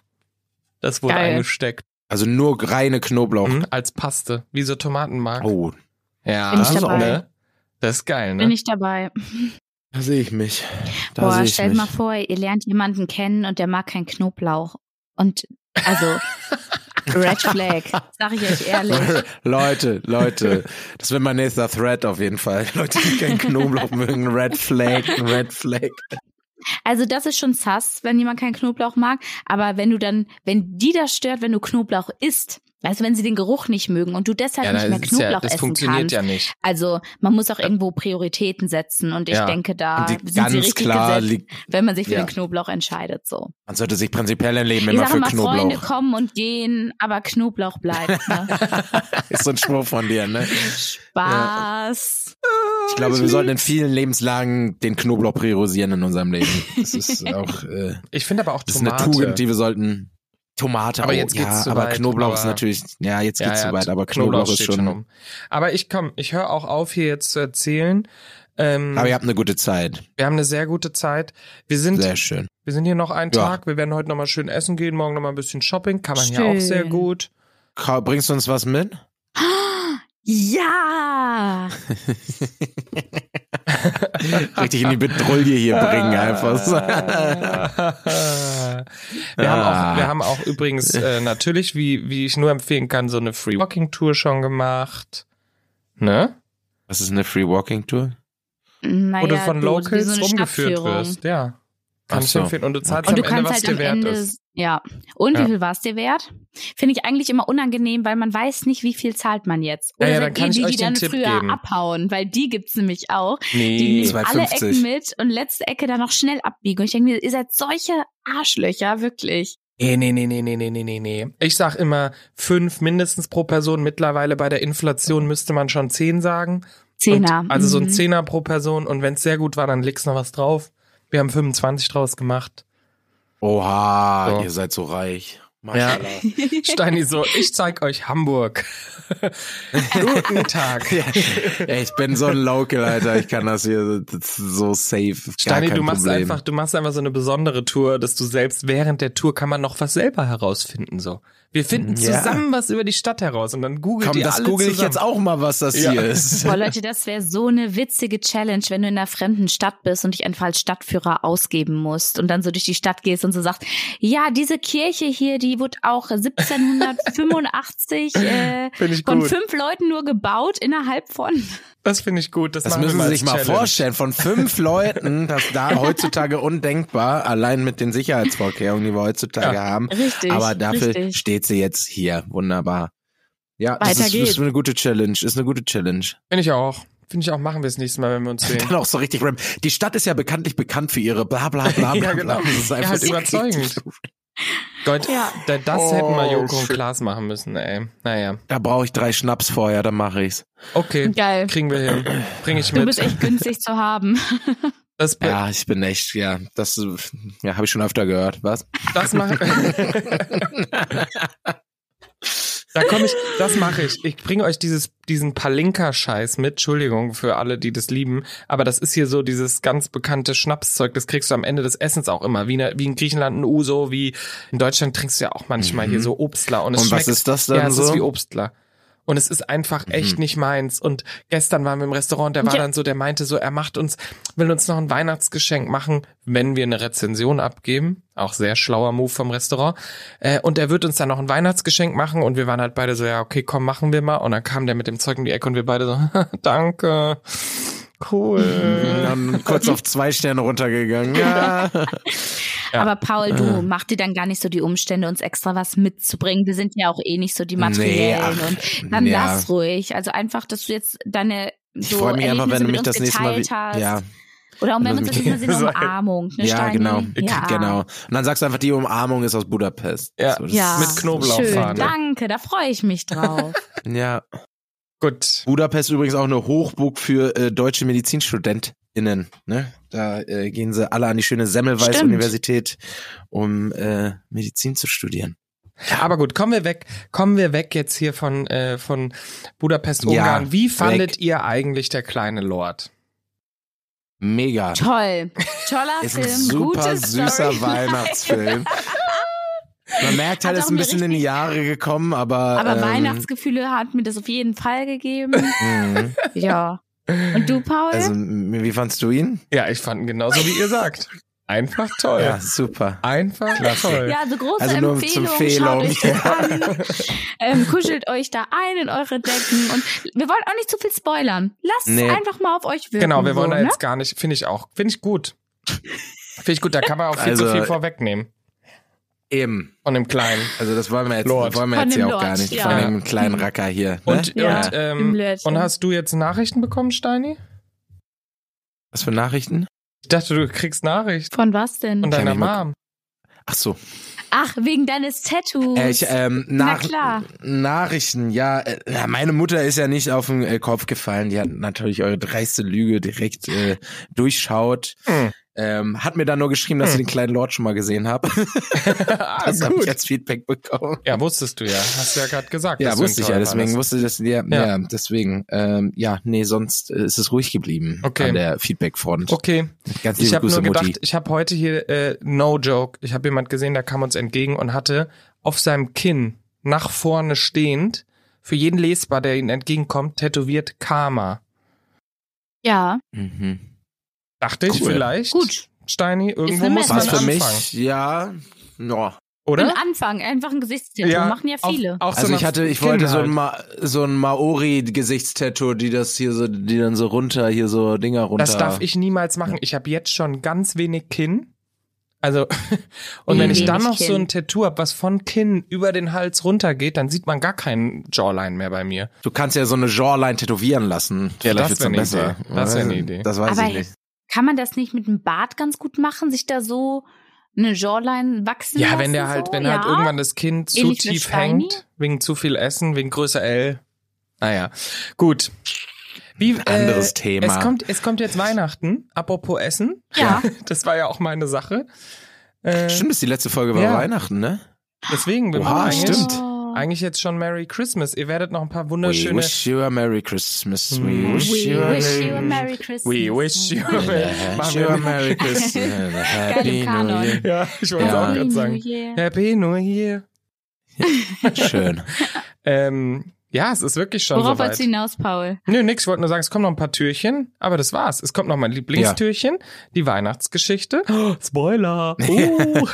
Speaker 1: Das wurde
Speaker 3: Geil.
Speaker 1: eingesteckt
Speaker 2: Also nur reine Knoblauch.
Speaker 1: mhm, als Paste, wie so Tomatenmark.
Speaker 2: Oh,
Speaker 1: Ja,
Speaker 3: Bin ich dabei.
Speaker 1: ne? Das ist geil,
Speaker 3: Bin
Speaker 1: ne?
Speaker 3: ich dabei.
Speaker 2: da sehe ich mich. Da
Speaker 3: Boah,
Speaker 2: sehe ich
Speaker 3: stellt
Speaker 2: mich.
Speaker 3: mal vor, ihr lernt jemanden kennen und der mag keinen Knoblauch. Und also, Red Flag, sag ich euch ehrlich.
Speaker 2: Leute, Leute, das wird mein nächster Thread auf jeden Fall. Leute, die keinen Knoblauch mögen, Red Flag, Red Flag.
Speaker 3: Also das ist schon sass, wenn jemand keinen Knoblauch mag. Aber wenn du dann, wenn die das stört, wenn du Knoblauch isst, also wenn sie den Geruch nicht mögen und du deshalb
Speaker 1: Ja,
Speaker 3: halt nicht mehr
Speaker 1: ist ja,
Speaker 3: Knoblauch
Speaker 1: das
Speaker 3: essen
Speaker 1: funktioniert
Speaker 3: kannst.
Speaker 1: ja nicht.
Speaker 3: Also man muss auch irgendwo Prioritäten setzen und ich
Speaker 1: Ja.
Speaker 3: denke, da
Speaker 2: Und die
Speaker 3: Äh, sind sie
Speaker 2: ganz
Speaker 3: richtig
Speaker 2: klar
Speaker 3: gesetzt,
Speaker 2: liegt,
Speaker 3: wenn man sich für
Speaker 2: ja.
Speaker 3: den Knoblauch entscheidet. So.
Speaker 2: man sollte sich prinzipiell im Leben
Speaker 3: ich
Speaker 2: immer
Speaker 3: sage
Speaker 2: für
Speaker 3: mal, Freunde
Speaker 2: Knoblauch.
Speaker 3: kommen und gehen, aber Knoblauch bleibt. Ne?
Speaker 2: Ist so ein Spruch von dir, ne?
Speaker 3: Oh, Spaß.
Speaker 2: Ich glaube, wir sollten in vielen Lebenslagen den Knoblauch priorisieren in unserem Leben. Das ist auch äh,
Speaker 1: Ich finde aber auch
Speaker 2: das ist eine
Speaker 1: Tomate.
Speaker 2: Tugend, die wir sollten. Tomate,
Speaker 1: Aber
Speaker 2: oh,
Speaker 1: jetzt
Speaker 2: ja,
Speaker 1: geht's zu
Speaker 2: aber
Speaker 1: weit,
Speaker 2: Knoblauch
Speaker 1: aber-
Speaker 2: ist natürlich, ja, jetzt geht's zu weit, aber Knoblauch, ist
Speaker 1: steht
Speaker 2: schon.
Speaker 1: um. Aber ich komm, ich höre auch auf, hier jetzt zu erzählen. Ähm,
Speaker 2: Aber ihr habt eine gute Zeit.
Speaker 1: Wir haben eine sehr gute Zeit. Wir sind,
Speaker 2: Sehr schön.
Speaker 1: wir sind hier noch einen
Speaker 2: Ja.
Speaker 1: Tag. Wir werden heute nochmal schön essen gehen, morgen nochmal ein bisschen Shopping. Kann man hier
Speaker 3: Schön.
Speaker 1: auch sehr gut.
Speaker 2: Ka- Bringst du uns was mit?
Speaker 3: Ja.
Speaker 2: Richtig in die Bedrulle hier bringen, einfach so.
Speaker 1: Wir, haben
Speaker 2: Ah.
Speaker 1: auch, wir haben auch übrigens äh, natürlich, wie, wie ich nur empfehlen kann, so eine Free Walking Tour schon gemacht. Ne?
Speaker 2: Was ist eine Free Walking Tour?
Speaker 3: Naja,
Speaker 1: Wo du von
Speaker 3: du- wie
Speaker 1: Locals
Speaker 3: so eine
Speaker 1: rumgeführt
Speaker 3: Stadtführung.
Speaker 1: wirst. Ja. Kann
Speaker 2: Ach
Speaker 1: ich
Speaker 2: so.
Speaker 1: empfehlen. Und du zahlst
Speaker 3: Und du
Speaker 1: am Ende,
Speaker 3: kannst
Speaker 1: was
Speaker 3: halt
Speaker 1: dir
Speaker 3: am
Speaker 1: wert
Speaker 3: Ende,
Speaker 1: ist.
Speaker 3: Ja. Und
Speaker 1: Ja.
Speaker 3: wie viel war es dir wert? Finde ich eigentlich immer unangenehm, weil man weiß nicht, wie viel zahlt man jetzt. Oder
Speaker 1: Ja, ja, dann
Speaker 3: seid
Speaker 1: kann
Speaker 3: ihr
Speaker 1: ich
Speaker 3: die,
Speaker 1: euch
Speaker 3: die
Speaker 1: den
Speaker 3: dann
Speaker 1: Tipp
Speaker 3: früher
Speaker 1: geben.
Speaker 3: abhauen? Weil die gibt's nämlich auch. Die
Speaker 1: Nee.
Speaker 3: nehmen alle
Speaker 2: 2,50.
Speaker 3: Ecken mit und letzte Ecke dann noch schnell abbiegen. Und ich denke mir, ihr seid solche Arschlöcher, wirklich.
Speaker 1: Nee, Äh, nee, nee, nee, nee, nee, nee, nee, nee. Ich sag immer fünf mindestens pro Person. Mittlerweile bei der Inflation müsste man schon zehn sagen.
Speaker 3: Zehner.
Speaker 1: Und, also so ein
Speaker 3: Mhm.
Speaker 1: Zehner pro Person. Und wenn es sehr gut war, dann legst noch was drauf. Wir haben 25 draus gemacht.
Speaker 2: Oha,
Speaker 1: So.
Speaker 2: ihr seid so reich.
Speaker 1: Ja. Steini so, ich zeig euch Hamburg. Guten Tag.
Speaker 2: Ja. Ey, ich bin so ein Local, Alter. Ich kann das hier das ist so safe. Gar
Speaker 1: Steini,
Speaker 2: kein
Speaker 1: du machst
Speaker 2: Problem.
Speaker 1: einfach, du machst einfach so eine besondere Tour, dass du selbst während der Tour kann man noch was selber herausfinden, so. Wir finden
Speaker 2: Ja.
Speaker 1: zusammen was über die Stadt heraus und dann googelt
Speaker 2: Komm,
Speaker 1: ihr
Speaker 2: das
Speaker 1: alle
Speaker 2: google ich
Speaker 1: zusammen.
Speaker 2: jetzt auch mal, was das
Speaker 1: Ja.
Speaker 2: hier ist.
Speaker 3: Boah, Leute, das wäre so eine witzige Challenge, wenn du in einer fremden Stadt bist und dich einfach als Stadtführer ausgeben musst und dann so durch die Stadt gehst und so sagst, ja, diese Kirche hier, die wurde auch 1785 äh,
Speaker 1: Finde ich
Speaker 3: von
Speaker 1: gut.
Speaker 3: fünf Leuten nur gebaut innerhalb von.
Speaker 1: Das finde ich gut. Das,
Speaker 2: Das
Speaker 1: machen
Speaker 2: müssen
Speaker 1: wir
Speaker 2: Sie
Speaker 1: als
Speaker 2: sich mal
Speaker 1: Challenge.
Speaker 2: vorstellen. Von fünf Leuten, das da heutzutage undenkbar, allein mit den Sicherheitsvorkehrungen, die wir heutzutage
Speaker 1: Ja.
Speaker 2: haben.
Speaker 3: Richtig.
Speaker 2: Aber dafür
Speaker 3: richtig.
Speaker 2: steht sie jetzt hier. Wunderbar. Ja, das
Speaker 3: Weiter
Speaker 2: ist,
Speaker 3: geht's.
Speaker 2: ist eine gute Challenge. Ist eine gute Challenge.
Speaker 1: Finde ich auch. Finde ich auch, machen wir es nächstes Mal, wenn wir uns sehen.
Speaker 2: Dann auch so richtig random. Die Stadt ist ja bekanntlich bekannt für ihre bla bla bla. bla
Speaker 1: Ja,
Speaker 2: bla.
Speaker 1: genau.
Speaker 2: Das ist
Speaker 1: Ja,
Speaker 2: einfach
Speaker 1: halt
Speaker 2: so
Speaker 1: überzeugend.
Speaker 2: richtig-
Speaker 1: Gott,
Speaker 3: Ja.
Speaker 1: da- das
Speaker 2: Oh,
Speaker 1: hätten wir Joko und
Speaker 2: shit.
Speaker 1: Klaas machen müssen, ey. Naja.
Speaker 2: Da brauche ich drei Schnaps vorher, dann mache ich's.
Speaker 1: Okay.
Speaker 3: Geil.
Speaker 1: Kriegen wir hin. Bring ich
Speaker 3: Du bist
Speaker 1: mit.
Speaker 3: echt günstig zu haben.
Speaker 1: Das,
Speaker 2: Ja,
Speaker 3: Äh,
Speaker 2: ich bin echt, ja, das ja, habe ich schon öfter gehört, was?
Speaker 1: das mache Da komme ich, das mache ich. Ich bringe euch dieses, diesen Palinka-Scheiß mit. Entschuldigung für alle, die das lieben. Aber das ist hier so dieses ganz bekannte Schnapszeug. Das kriegst du am Ende des Essens auch immer. Wie, in- wie in Griechenland ein Uso, wie in Deutschland trinkst du ja auch manchmal hier so Obstler. Und, es
Speaker 2: Mhm. Und
Speaker 1: schmeckt
Speaker 2: was ist das dann
Speaker 1: ja, es
Speaker 2: so? Mhm.
Speaker 1: ist wie Obstler. Und es ist einfach echt nicht meins. Und gestern waren wir im Restaurant, der war
Speaker 3: Ja.
Speaker 1: dann so, der meinte so, er macht uns, will uns noch ein Weihnachtsgeschenk machen, wenn wir eine Rezension abgeben. Auch sehr schlauer Move vom Restaurant. Äh, und er wird uns dann noch ein Weihnachtsgeschenk machen. Und wir waren halt beide so, ja, okay, komm, machen wir mal. Und dann kam der mit dem Zeug um die Ecke und wir beide so, danke. Cool.
Speaker 2: Mhm. Dann kurz auf zwei Sterne runtergegangen. Ja.
Speaker 3: Aber Paul,
Speaker 2: Äh.
Speaker 3: du mach dir dann gar nicht so die Umstände, uns extra was mitzubringen. Wir sind ja auch eh nicht so die materiellen.
Speaker 2: Nee, ach,
Speaker 3: und dann
Speaker 2: ja.
Speaker 3: lass ruhig. Also einfach, dass du jetzt deine
Speaker 2: Ich
Speaker 3: so
Speaker 2: freue mich einfach, wenn
Speaker 3: Erlebnisse
Speaker 2: du
Speaker 3: mit
Speaker 2: mich
Speaker 3: uns
Speaker 2: das nächste Mal
Speaker 3: geteilt hast.
Speaker 2: wie- Ja,
Speaker 3: Oder auch wenn
Speaker 2: Wenn
Speaker 3: wir uns das
Speaker 2: du äh,
Speaker 3: nächste Mal sehen, eine
Speaker 1: mich-
Speaker 3: Umarmung. Ne,
Speaker 2: ja
Speaker 3: Steini?
Speaker 2: genau.
Speaker 3: Ja.
Speaker 2: Genau. Und dann sagst du einfach, die Umarmung ist aus Budapest.
Speaker 1: Ja.
Speaker 2: das
Speaker 3: Ja.
Speaker 2: ist-
Speaker 1: Mit Knoblauch
Speaker 3: Schön,
Speaker 1: fahren.
Speaker 3: danke, da freue ich mich drauf.
Speaker 2: Ja.
Speaker 1: Gut.
Speaker 2: Budapest übrigens auch eine Hochburg für äh, deutsche MedizinstudentInnen. Ne? Da äh, gehen sie alle an die schöne Semmelweis-Universität, um äh, Medizin zu studieren.
Speaker 1: Aber gut, kommen wir weg, kommen wir weg jetzt hier von, äh, von Budapest, Ungarn.
Speaker 2: Ja,
Speaker 1: Wie fandet
Speaker 2: weg.
Speaker 1: ihr eigentlich der kleine Lord?
Speaker 2: Mega.
Speaker 3: Toll. Toller
Speaker 2: Ist
Speaker 3: Film.
Speaker 2: ein super
Speaker 3: gute
Speaker 2: süßer
Speaker 3: Storyline.
Speaker 2: Weihnachtsfilm. Man merkt halt,
Speaker 3: Hat
Speaker 2: es ist
Speaker 3: auch
Speaker 2: ein
Speaker 3: mir
Speaker 2: bisschen in die Jahre gekommen, aber.
Speaker 3: Aber
Speaker 2: ähm,
Speaker 3: Weihnachtsgefühle hat mir das auf jeden Fall gegeben.
Speaker 2: mh.
Speaker 3: ja. Und du, Paul?
Speaker 2: Also, m- wie fandst du ihn?
Speaker 1: Ja, ich fand ihn genauso, wie ihr sagt. Einfach toll.
Speaker 2: Ja, super.
Speaker 1: Einfach toll.
Speaker 3: Ja, also große
Speaker 2: Also nur zur
Speaker 3: Empfehlung. Schaut euch das
Speaker 2: Empfehlung.
Speaker 3: an. ähm, kuschelt euch da ein in eure Decken. Und wir wollen auch nicht zu viel spoilern. Lasst
Speaker 2: Nee.
Speaker 3: es einfach mal auf euch wirken.
Speaker 1: Genau, wir wollen
Speaker 3: so,
Speaker 1: da
Speaker 3: ne?
Speaker 1: jetzt gar nicht, finde ich auch, finde ich gut. Finde ich gut, da kann man auch viel zu
Speaker 2: Also-
Speaker 1: viel vorwegnehmen
Speaker 2: Eben.
Speaker 1: von dem Kleinen.
Speaker 2: Also, das wollen wir jetzt,
Speaker 1: Lord.
Speaker 2: wollen wir
Speaker 3: Von
Speaker 2: jetzt
Speaker 3: dem
Speaker 2: ja auch
Speaker 3: Lord,
Speaker 2: gar nicht.
Speaker 3: ja.
Speaker 2: Von dem kleinen Racker hier. Ne?
Speaker 1: Und,
Speaker 3: Ja.
Speaker 1: und,
Speaker 3: Im
Speaker 1: ähm,
Speaker 3: Lötchen.
Speaker 1: und hast du jetzt Nachrichten bekommen, Steini?
Speaker 2: Was für Nachrichten?
Speaker 1: Ich dachte, du kriegst Nachrichten
Speaker 3: Von was denn?
Speaker 1: von deiner
Speaker 2: ich mal-
Speaker 1: Mom.
Speaker 2: Ach so.
Speaker 3: Ach, wegen deines Tattoos.
Speaker 2: Äh, ich, ähm,
Speaker 3: Na
Speaker 2: nach,
Speaker 3: klar.
Speaker 2: Nachrichten, ja. Äh, na, meine Mutter ist ja nicht auf den äh, Kopf gefallen. Die hat natürlich eure dreiste Lüge direkt äh, durchschaut.
Speaker 1: Hm.
Speaker 2: Ähm, hat mir dann nur geschrieben, dass sie den kleinen Lord schon mal gesehen habe.
Speaker 1: ah,
Speaker 2: Das habe ich
Speaker 1: gut.
Speaker 2: als Feedback bekommen.
Speaker 1: Ja, wusstest du ja. Hast du ja gerade gesagt.
Speaker 2: Ja,
Speaker 1: dass du ihn
Speaker 2: wusste ich
Speaker 1: toll
Speaker 2: ja, deswegen
Speaker 1: fandest.
Speaker 2: wusste ich das, ja,
Speaker 1: Ja.
Speaker 2: ja. deswegen, ähm, ja, nee, sonst äh, ist es ruhig geblieben
Speaker 1: Okay.
Speaker 2: an der Feedback-Front.
Speaker 1: Okay.
Speaker 2: Ganz liebe
Speaker 1: Ich habe
Speaker 2: Grüße,
Speaker 1: nur gedacht,
Speaker 2: Mutti.
Speaker 1: ich habe heute hier, äh, no joke, ich habe jemand gesehen, der kam uns entgegen und hatte auf seinem Kinn nach vorne stehend, für jeden lesbar, der ihnen entgegenkommt, tätowiert Karma.
Speaker 3: ja,
Speaker 2: Mhm.
Speaker 1: Dachte ich
Speaker 2: Cool.
Speaker 1: vielleicht.
Speaker 3: gut.
Speaker 1: Steini, irgendwo
Speaker 3: eine
Speaker 1: muss man
Speaker 2: Was für
Speaker 1: anfangen,
Speaker 2: mich, ja, no.
Speaker 1: oder?
Speaker 3: Ein Anfang, einfach ein Gesichtstattoo. Machen ja viele.
Speaker 1: Auf, auch so
Speaker 2: Also ich
Speaker 1: einer
Speaker 2: hatte, ich
Speaker 1: Kinn
Speaker 2: wollte so
Speaker 1: halt.
Speaker 2: ein, Ma so ein Maori-Gesichtstattoo, die das hier so, die dann so runter, hier so Dinger runter.
Speaker 1: Das darf ich niemals machen. Ich habe jetzt schon ganz wenig Kinn. Also, und
Speaker 4: Wie
Speaker 1: wenn ich dann
Speaker 4: wenig
Speaker 1: noch so
Speaker 4: Kinn.
Speaker 1: ein Tattoo habe, was von Kinn über den Hals runtergeht, dann sieht man gar keinen Jawline mehr bei mir.
Speaker 2: Du kannst ja so eine Jawline tätowieren lassen. Vielleicht
Speaker 1: das
Speaker 2: wird's
Speaker 1: wär eine
Speaker 2: dann besser.
Speaker 1: Idee. Das wär eine Idee.
Speaker 2: Das weiß
Speaker 3: Aber
Speaker 2: ich nicht.
Speaker 3: Kann man das nicht mit dem Bart ganz gut machen, sich da so eine Jawline wachsen
Speaker 1: Ja,
Speaker 3: lassen?
Speaker 1: wenn der halt,
Speaker 3: so?
Speaker 1: wenn
Speaker 3: ja?
Speaker 1: halt irgendwann das Kinn zu
Speaker 3: Ähnlich wie
Speaker 1: tief
Speaker 3: Steini?
Speaker 1: hängt, wegen zu viel Essen, wegen Größe L. Naja, gut. Wie, äh,
Speaker 2: Anderes Thema.
Speaker 1: Es kommt, es kommt jetzt Weihnachten, apropos Essen.
Speaker 3: Ja.
Speaker 1: Das war ja auch meine Sache. Äh,
Speaker 2: Stimmt, dass die letzte Folge war
Speaker 1: Ja.
Speaker 2: Weihnachten, ne?
Speaker 1: deswegen wir
Speaker 2: Oha,
Speaker 1: machen eigentlich,
Speaker 2: Ah, stimmt.
Speaker 3: Oh.
Speaker 1: eigentlich jetzt schon Merry Christmas. Ihr werdet noch ein paar
Speaker 2: We
Speaker 1: wunderschöne Mhm.
Speaker 2: wish you a Merry Christmas.
Speaker 1: We
Speaker 2: We
Speaker 3: We
Speaker 2: wish you a
Speaker 3: wish you a
Speaker 2: Merry
Speaker 3: Merry Christmas.
Speaker 1: We wish you.
Speaker 2: Wish
Speaker 1: Machen
Speaker 2: you a
Speaker 1: wir-
Speaker 2: Merry Christmas. and a Happy New
Speaker 3: Kanon.
Speaker 2: Year.
Speaker 1: Ja, ich wollte es
Speaker 2: Ja.
Speaker 1: auch gerade sagen. Happy New Year.
Speaker 2: Schön.
Speaker 1: Ähm, ja, es ist wirklich schon
Speaker 3: Worauf
Speaker 1: soweit.
Speaker 3: wolltest du hinaus, Paul?
Speaker 1: Nö, nix, ich wollte nur sagen, es kommen noch ein paar Türchen, aber das war's. Es kommt noch mein Lieblingstürchen, die Weihnachtsgeschichte. Oh, Spoiler!
Speaker 2: Uh.
Speaker 1: Oh.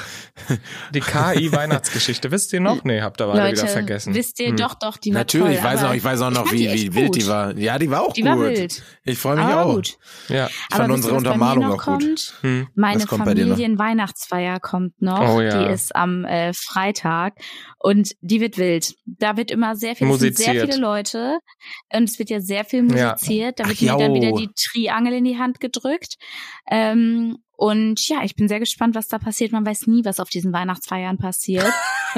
Speaker 1: die KI-Weihnachtsgeschichte. Wisst ihr noch? Nee, habt ihr alle wieder vergessen.
Speaker 3: wisst ihr,
Speaker 1: Hm.
Speaker 3: doch, doch, die war toll.
Speaker 2: Natürlich, ich weiß
Speaker 3: aber
Speaker 2: noch, ich weiß auch noch,
Speaker 3: fand
Speaker 2: wie,
Speaker 3: die echt
Speaker 2: wie wild
Speaker 3: gut.
Speaker 2: die war. Ja, die war auch
Speaker 3: Die
Speaker 2: gut.
Speaker 3: war wild.
Speaker 2: Ich freue mich
Speaker 3: Aber
Speaker 2: auch.
Speaker 3: gut.
Speaker 1: Ja.
Speaker 2: fand
Speaker 3: aber
Speaker 2: unsere
Speaker 3: wisst ihr, was bei mir
Speaker 2: Untermalung
Speaker 3: noch
Speaker 2: auch gut.
Speaker 3: kommt?
Speaker 1: Hm.
Speaker 3: Meine
Speaker 2: Was kommt bei dir noch?
Speaker 3: Familienweihnachtsfeier kommt noch.
Speaker 1: Oh ja.
Speaker 3: Die ist am äh, Freitag und die wird wild. Da wird immer sehr viel, es sind sehr
Speaker 1: Musiziert.
Speaker 3: viele Leute und es wird ja sehr viel
Speaker 1: Ja.
Speaker 3: musiziert. Da
Speaker 2: Ach,
Speaker 3: wird mir
Speaker 2: jau.
Speaker 3: dann wieder die Triangel in die Hand gedrückt. Ähm, und ja, ich bin sehr gespannt, was da passiert. Man weiß nie, was auf diesen Weihnachtsfeiern passiert.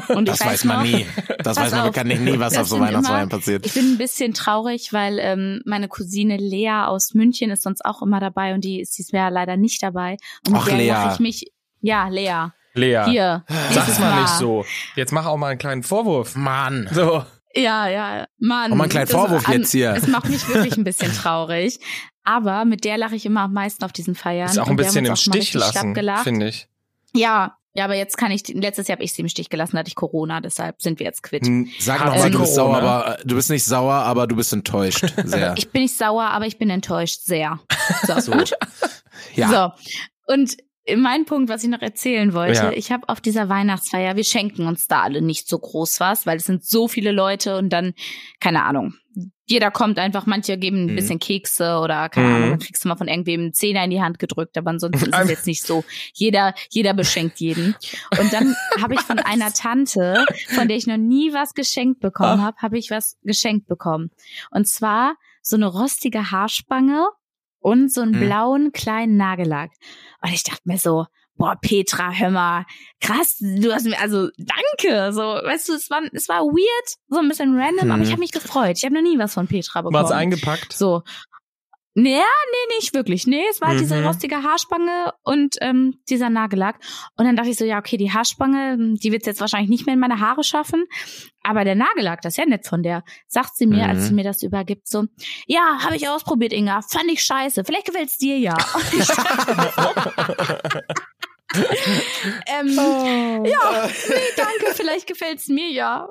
Speaker 3: Und
Speaker 2: Das
Speaker 3: ich weiß
Speaker 2: weiß man
Speaker 3: noch,
Speaker 2: nie. Das
Speaker 3: Pass
Speaker 2: weiß man
Speaker 3: auf.
Speaker 2: wirklich nie, was
Speaker 3: Das
Speaker 2: auf so
Speaker 3: sind
Speaker 2: Weihnachtsfeiern
Speaker 3: immer-
Speaker 2: passiert.
Speaker 3: Ich bin ein bisschen traurig, weil ähm, meine Cousine Lea aus München ist sonst auch immer dabei und die ist dieses Jahr leider nicht dabei. Und mit
Speaker 2: Ach,
Speaker 3: der
Speaker 2: Lea.
Speaker 3: mache ich mich. Ja, Lea.
Speaker 1: Lea,
Speaker 3: Hier.
Speaker 1: sag's
Speaker 3: nächstes
Speaker 1: mal nicht so. Jetzt mach auch mal einen kleinen Vorwurf.
Speaker 2: Mann.
Speaker 1: So.
Speaker 3: Ja, ja, Mann.
Speaker 2: Oh, mal einen kleinen
Speaker 3: das-
Speaker 2: Vorwurf
Speaker 3: an-
Speaker 2: jetzt hier.
Speaker 3: Es macht mich wirklich ein bisschen traurig. Aber mit der lache ich immer am meisten auf diesen Feiern.
Speaker 1: Ist auch ein
Speaker 3: Und wir haben
Speaker 1: bisschen im
Speaker 3: uns auch mal
Speaker 1: Stich
Speaker 3: richtig schlapp
Speaker 1: lassen,
Speaker 3: gelacht.
Speaker 1: finde ich.
Speaker 3: Ja, ja, aber jetzt kann ich, die- letztes Jahr habe ich sie im Stich gelassen, da hatte ich Corona, deshalb sind wir jetzt quitt.
Speaker 1: Hm,
Speaker 2: Sag
Speaker 1: Hat
Speaker 2: noch mal,
Speaker 1: sie
Speaker 2: du bist sauer,
Speaker 1: Corona?
Speaker 2: aber äh, du bist nicht sauer, aber du bist enttäuscht. Sehr.
Speaker 3: Ich bin nicht sauer, aber ich bin enttäuscht sehr. So,
Speaker 2: So.
Speaker 3: gut.
Speaker 2: Ja.
Speaker 3: So. Und mein Punkt, was ich noch erzählen wollte,
Speaker 1: Ja.
Speaker 3: ich habe auf dieser Weihnachtsfeier, wir schenken uns da alle nicht so groß was, weil es sind so viele Leute und dann, keine Ahnung, jeder kommt einfach, manche geben ein
Speaker 2: Mhm.
Speaker 3: bisschen Kekse oder keine
Speaker 1: Mhm.
Speaker 3: Ahnung, dann kriegst du mal von irgendwem einen Zehner in die Hand gedrückt, aber ansonsten ist es
Speaker 1: Ein-
Speaker 3: jetzt nicht so. Jeder, jeder beschenkt jeden. Und dann habe ich von einer Tante, von der ich noch nie was geschenkt bekommen habe, habe ich was geschenkt bekommen. Und zwar so eine rostige Haarspange und so einen
Speaker 2: Mhm.
Speaker 3: blauen kleinen Nagellack. Und ich dachte mir so, boah, Petra, hör mal, krass, du hast mir, also danke. So, weißt du, es war, es war weird, so ein bisschen random, aber
Speaker 2: Mhm.
Speaker 3: ich habe mich gefreut. Ich habe noch nie was von Petra bekommen.
Speaker 1: War's eingepackt?
Speaker 3: So. Naja, nee, nicht wirklich. Nee, es war halt diese
Speaker 1: Mhm.
Speaker 3: rostige Haarspange und ähm, dieser Nagellack. Und dann dachte ich so, ja, okay, die Haarspange, hm, die wird's jetzt wahrscheinlich nicht mehr in meine Haare schaffen. Aber der Nagellack, das ist ja nett von der. Sagt sie mir,
Speaker 2: Mhm.
Speaker 3: als sie mir das übergibt, so, ja, habe ich ausprobiert, Inga. Fand ich scheiße. Vielleicht gefällt's dir ja. Und ich dachte so, ähm, Ja, nee, danke, vielleicht gefällt's mir ja.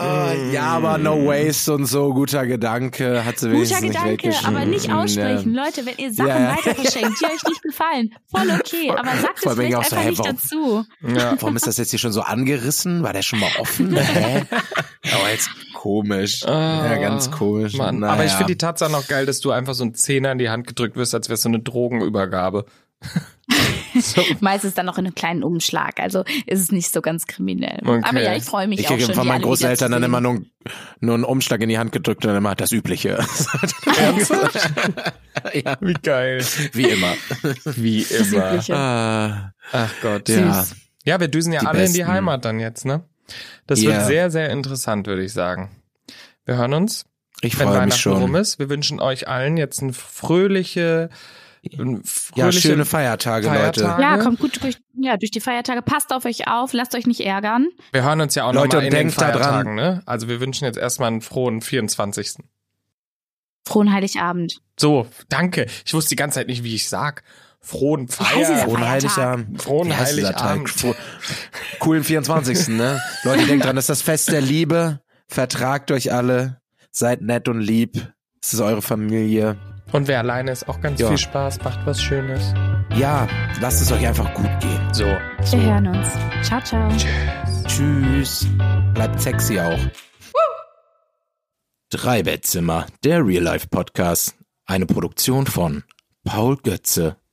Speaker 2: Ah, ja, aber no waste und so, guter Gedanke, hat sie
Speaker 3: Guter
Speaker 2: wenigstens nicht
Speaker 3: Gedanke,
Speaker 2: weggeschrieben.
Speaker 3: aber nicht aussprechen. Leute, wenn ihr Sachen
Speaker 2: Ja, ja.
Speaker 3: weiter verschenkt, die euch nicht gefallen, voll okay, aber sagt
Speaker 2: Vor allem
Speaker 3: es vielleicht
Speaker 2: auch
Speaker 3: einfach
Speaker 2: so, hey,
Speaker 3: nicht
Speaker 2: warum-
Speaker 3: dazu.
Speaker 1: Ja.
Speaker 2: Warum ist das jetzt hier schon so angerissen? War der schon mal offen? Hä? Aber jetzt komisch.
Speaker 1: Ah,
Speaker 2: ja, ganz komisch.
Speaker 1: Mann.
Speaker 2: Naja.
Speaker 1: Aber ich finde die Tatsache noch geil, dass du einfach so einen Zehner in die Hand gedrückt wirst, als wär's so eine Drogenübergabe. so.
Speaker 3: Meistens dann noch in einem kleinen Umschlag, also ist es nicht so ganz kriminell.
Speaker 1: Okay.
Speaker 3: Aber ja, ich freue mich
Speaker 2: ich
Speaker 3: auch
Speaker 2: kriege
Speaker 3: schon.
Speaker 2: von
Speaker 3: die
Speaker 2: meinen
Speaker 3: alle
Speaker 2: Großeltern dann
Speaker 3: wiederzusehen.
Speaker 2: immer nur, nur einen Umschlag in die Hand gedrückt und dann immer das Übliche. ja,
Speaker 1: Wie geil.
Speaker 2: wie immer.
Speaker 1: Wie immer.
Speaker 3: Übliche.
Speaker 2: Ah,
Speaker 1: Ach Gott.
Speaker 2: ja.
Speaker 3: Süß.
Speaker 1: Ja, wir düsen ja
Speaker 2: Die
Speaker 1: alle in die
Speaker 2: Besten.
Speaker 1: Heimat dann jetzt, ne? Das
Speaker 2: Ja.
Speaker 1: wird sehr, sehr interessant, würde ich sagen. Wir hören uns,
Speaker 2: Ich
Speaker 1: wenn
Speaker 2: freue
Speaker 1: Weihnachten
Speaker 2: mich schon.
Speaker 1: rum ist. Wir wünschen euch allen jetzt eine fröhliche, ein fröhliche
Speaker 2: Ja, schöne Feiertage,
Speaker 1: Feiertage.
Speaker 2: Leute.
Speaker 3: Ja, kommt gut durch, ja, durch die Feiertage. Passt auf euch auf, lasst euch nicht ärgern.
Speaker 1: Wir hören uns ja auch
Speaker 2: Leute,
Speaker 1: nochmal in den
Speaker 2: denkt da dran.
Speaker 1: Feiertagen, ne? Also wir wünschen jetzt erstmal einen frohen 24.
Speaker 3: Frohen Heiligabend.
Speaker 1: So, danke. Ich wusste die ganze Zeit nicht, wie ich sag. Frohen
Speaker 3: heißt dieser
Speaker 1: Feier.
Speaker 2: Frohen
Speaker 3: Feiertag.
Speaker 2: Heiligabend.
Speaker 1: Frohen
Speaker 2: Wie heißt dieser
Speaker 1: Heiligabend.
Speaker 2: Tag? Fro- Coolen 24. ne? Leute, denkt dran, das ist das Fest der Liebe. Vertragt euch alle. Seid nett und lieb. Es ist eure Familie.
Speaker 1: Und wer alleine ist, auch ganz
Speaker 2: Ja.
Speaker 1: viel Spaß, macht was Schönes.
Speaker 2: Ja, lasst es euch einfach gut gehen.
Speaker 1: So.
Speaker 3: Wir hören uns. Ciao, ciao.
Speaker 2: Tschüss. Bleibt sexy auch. Drei Bettzimmer, der Real Life Podcast. Eine Produktion von Paul Götze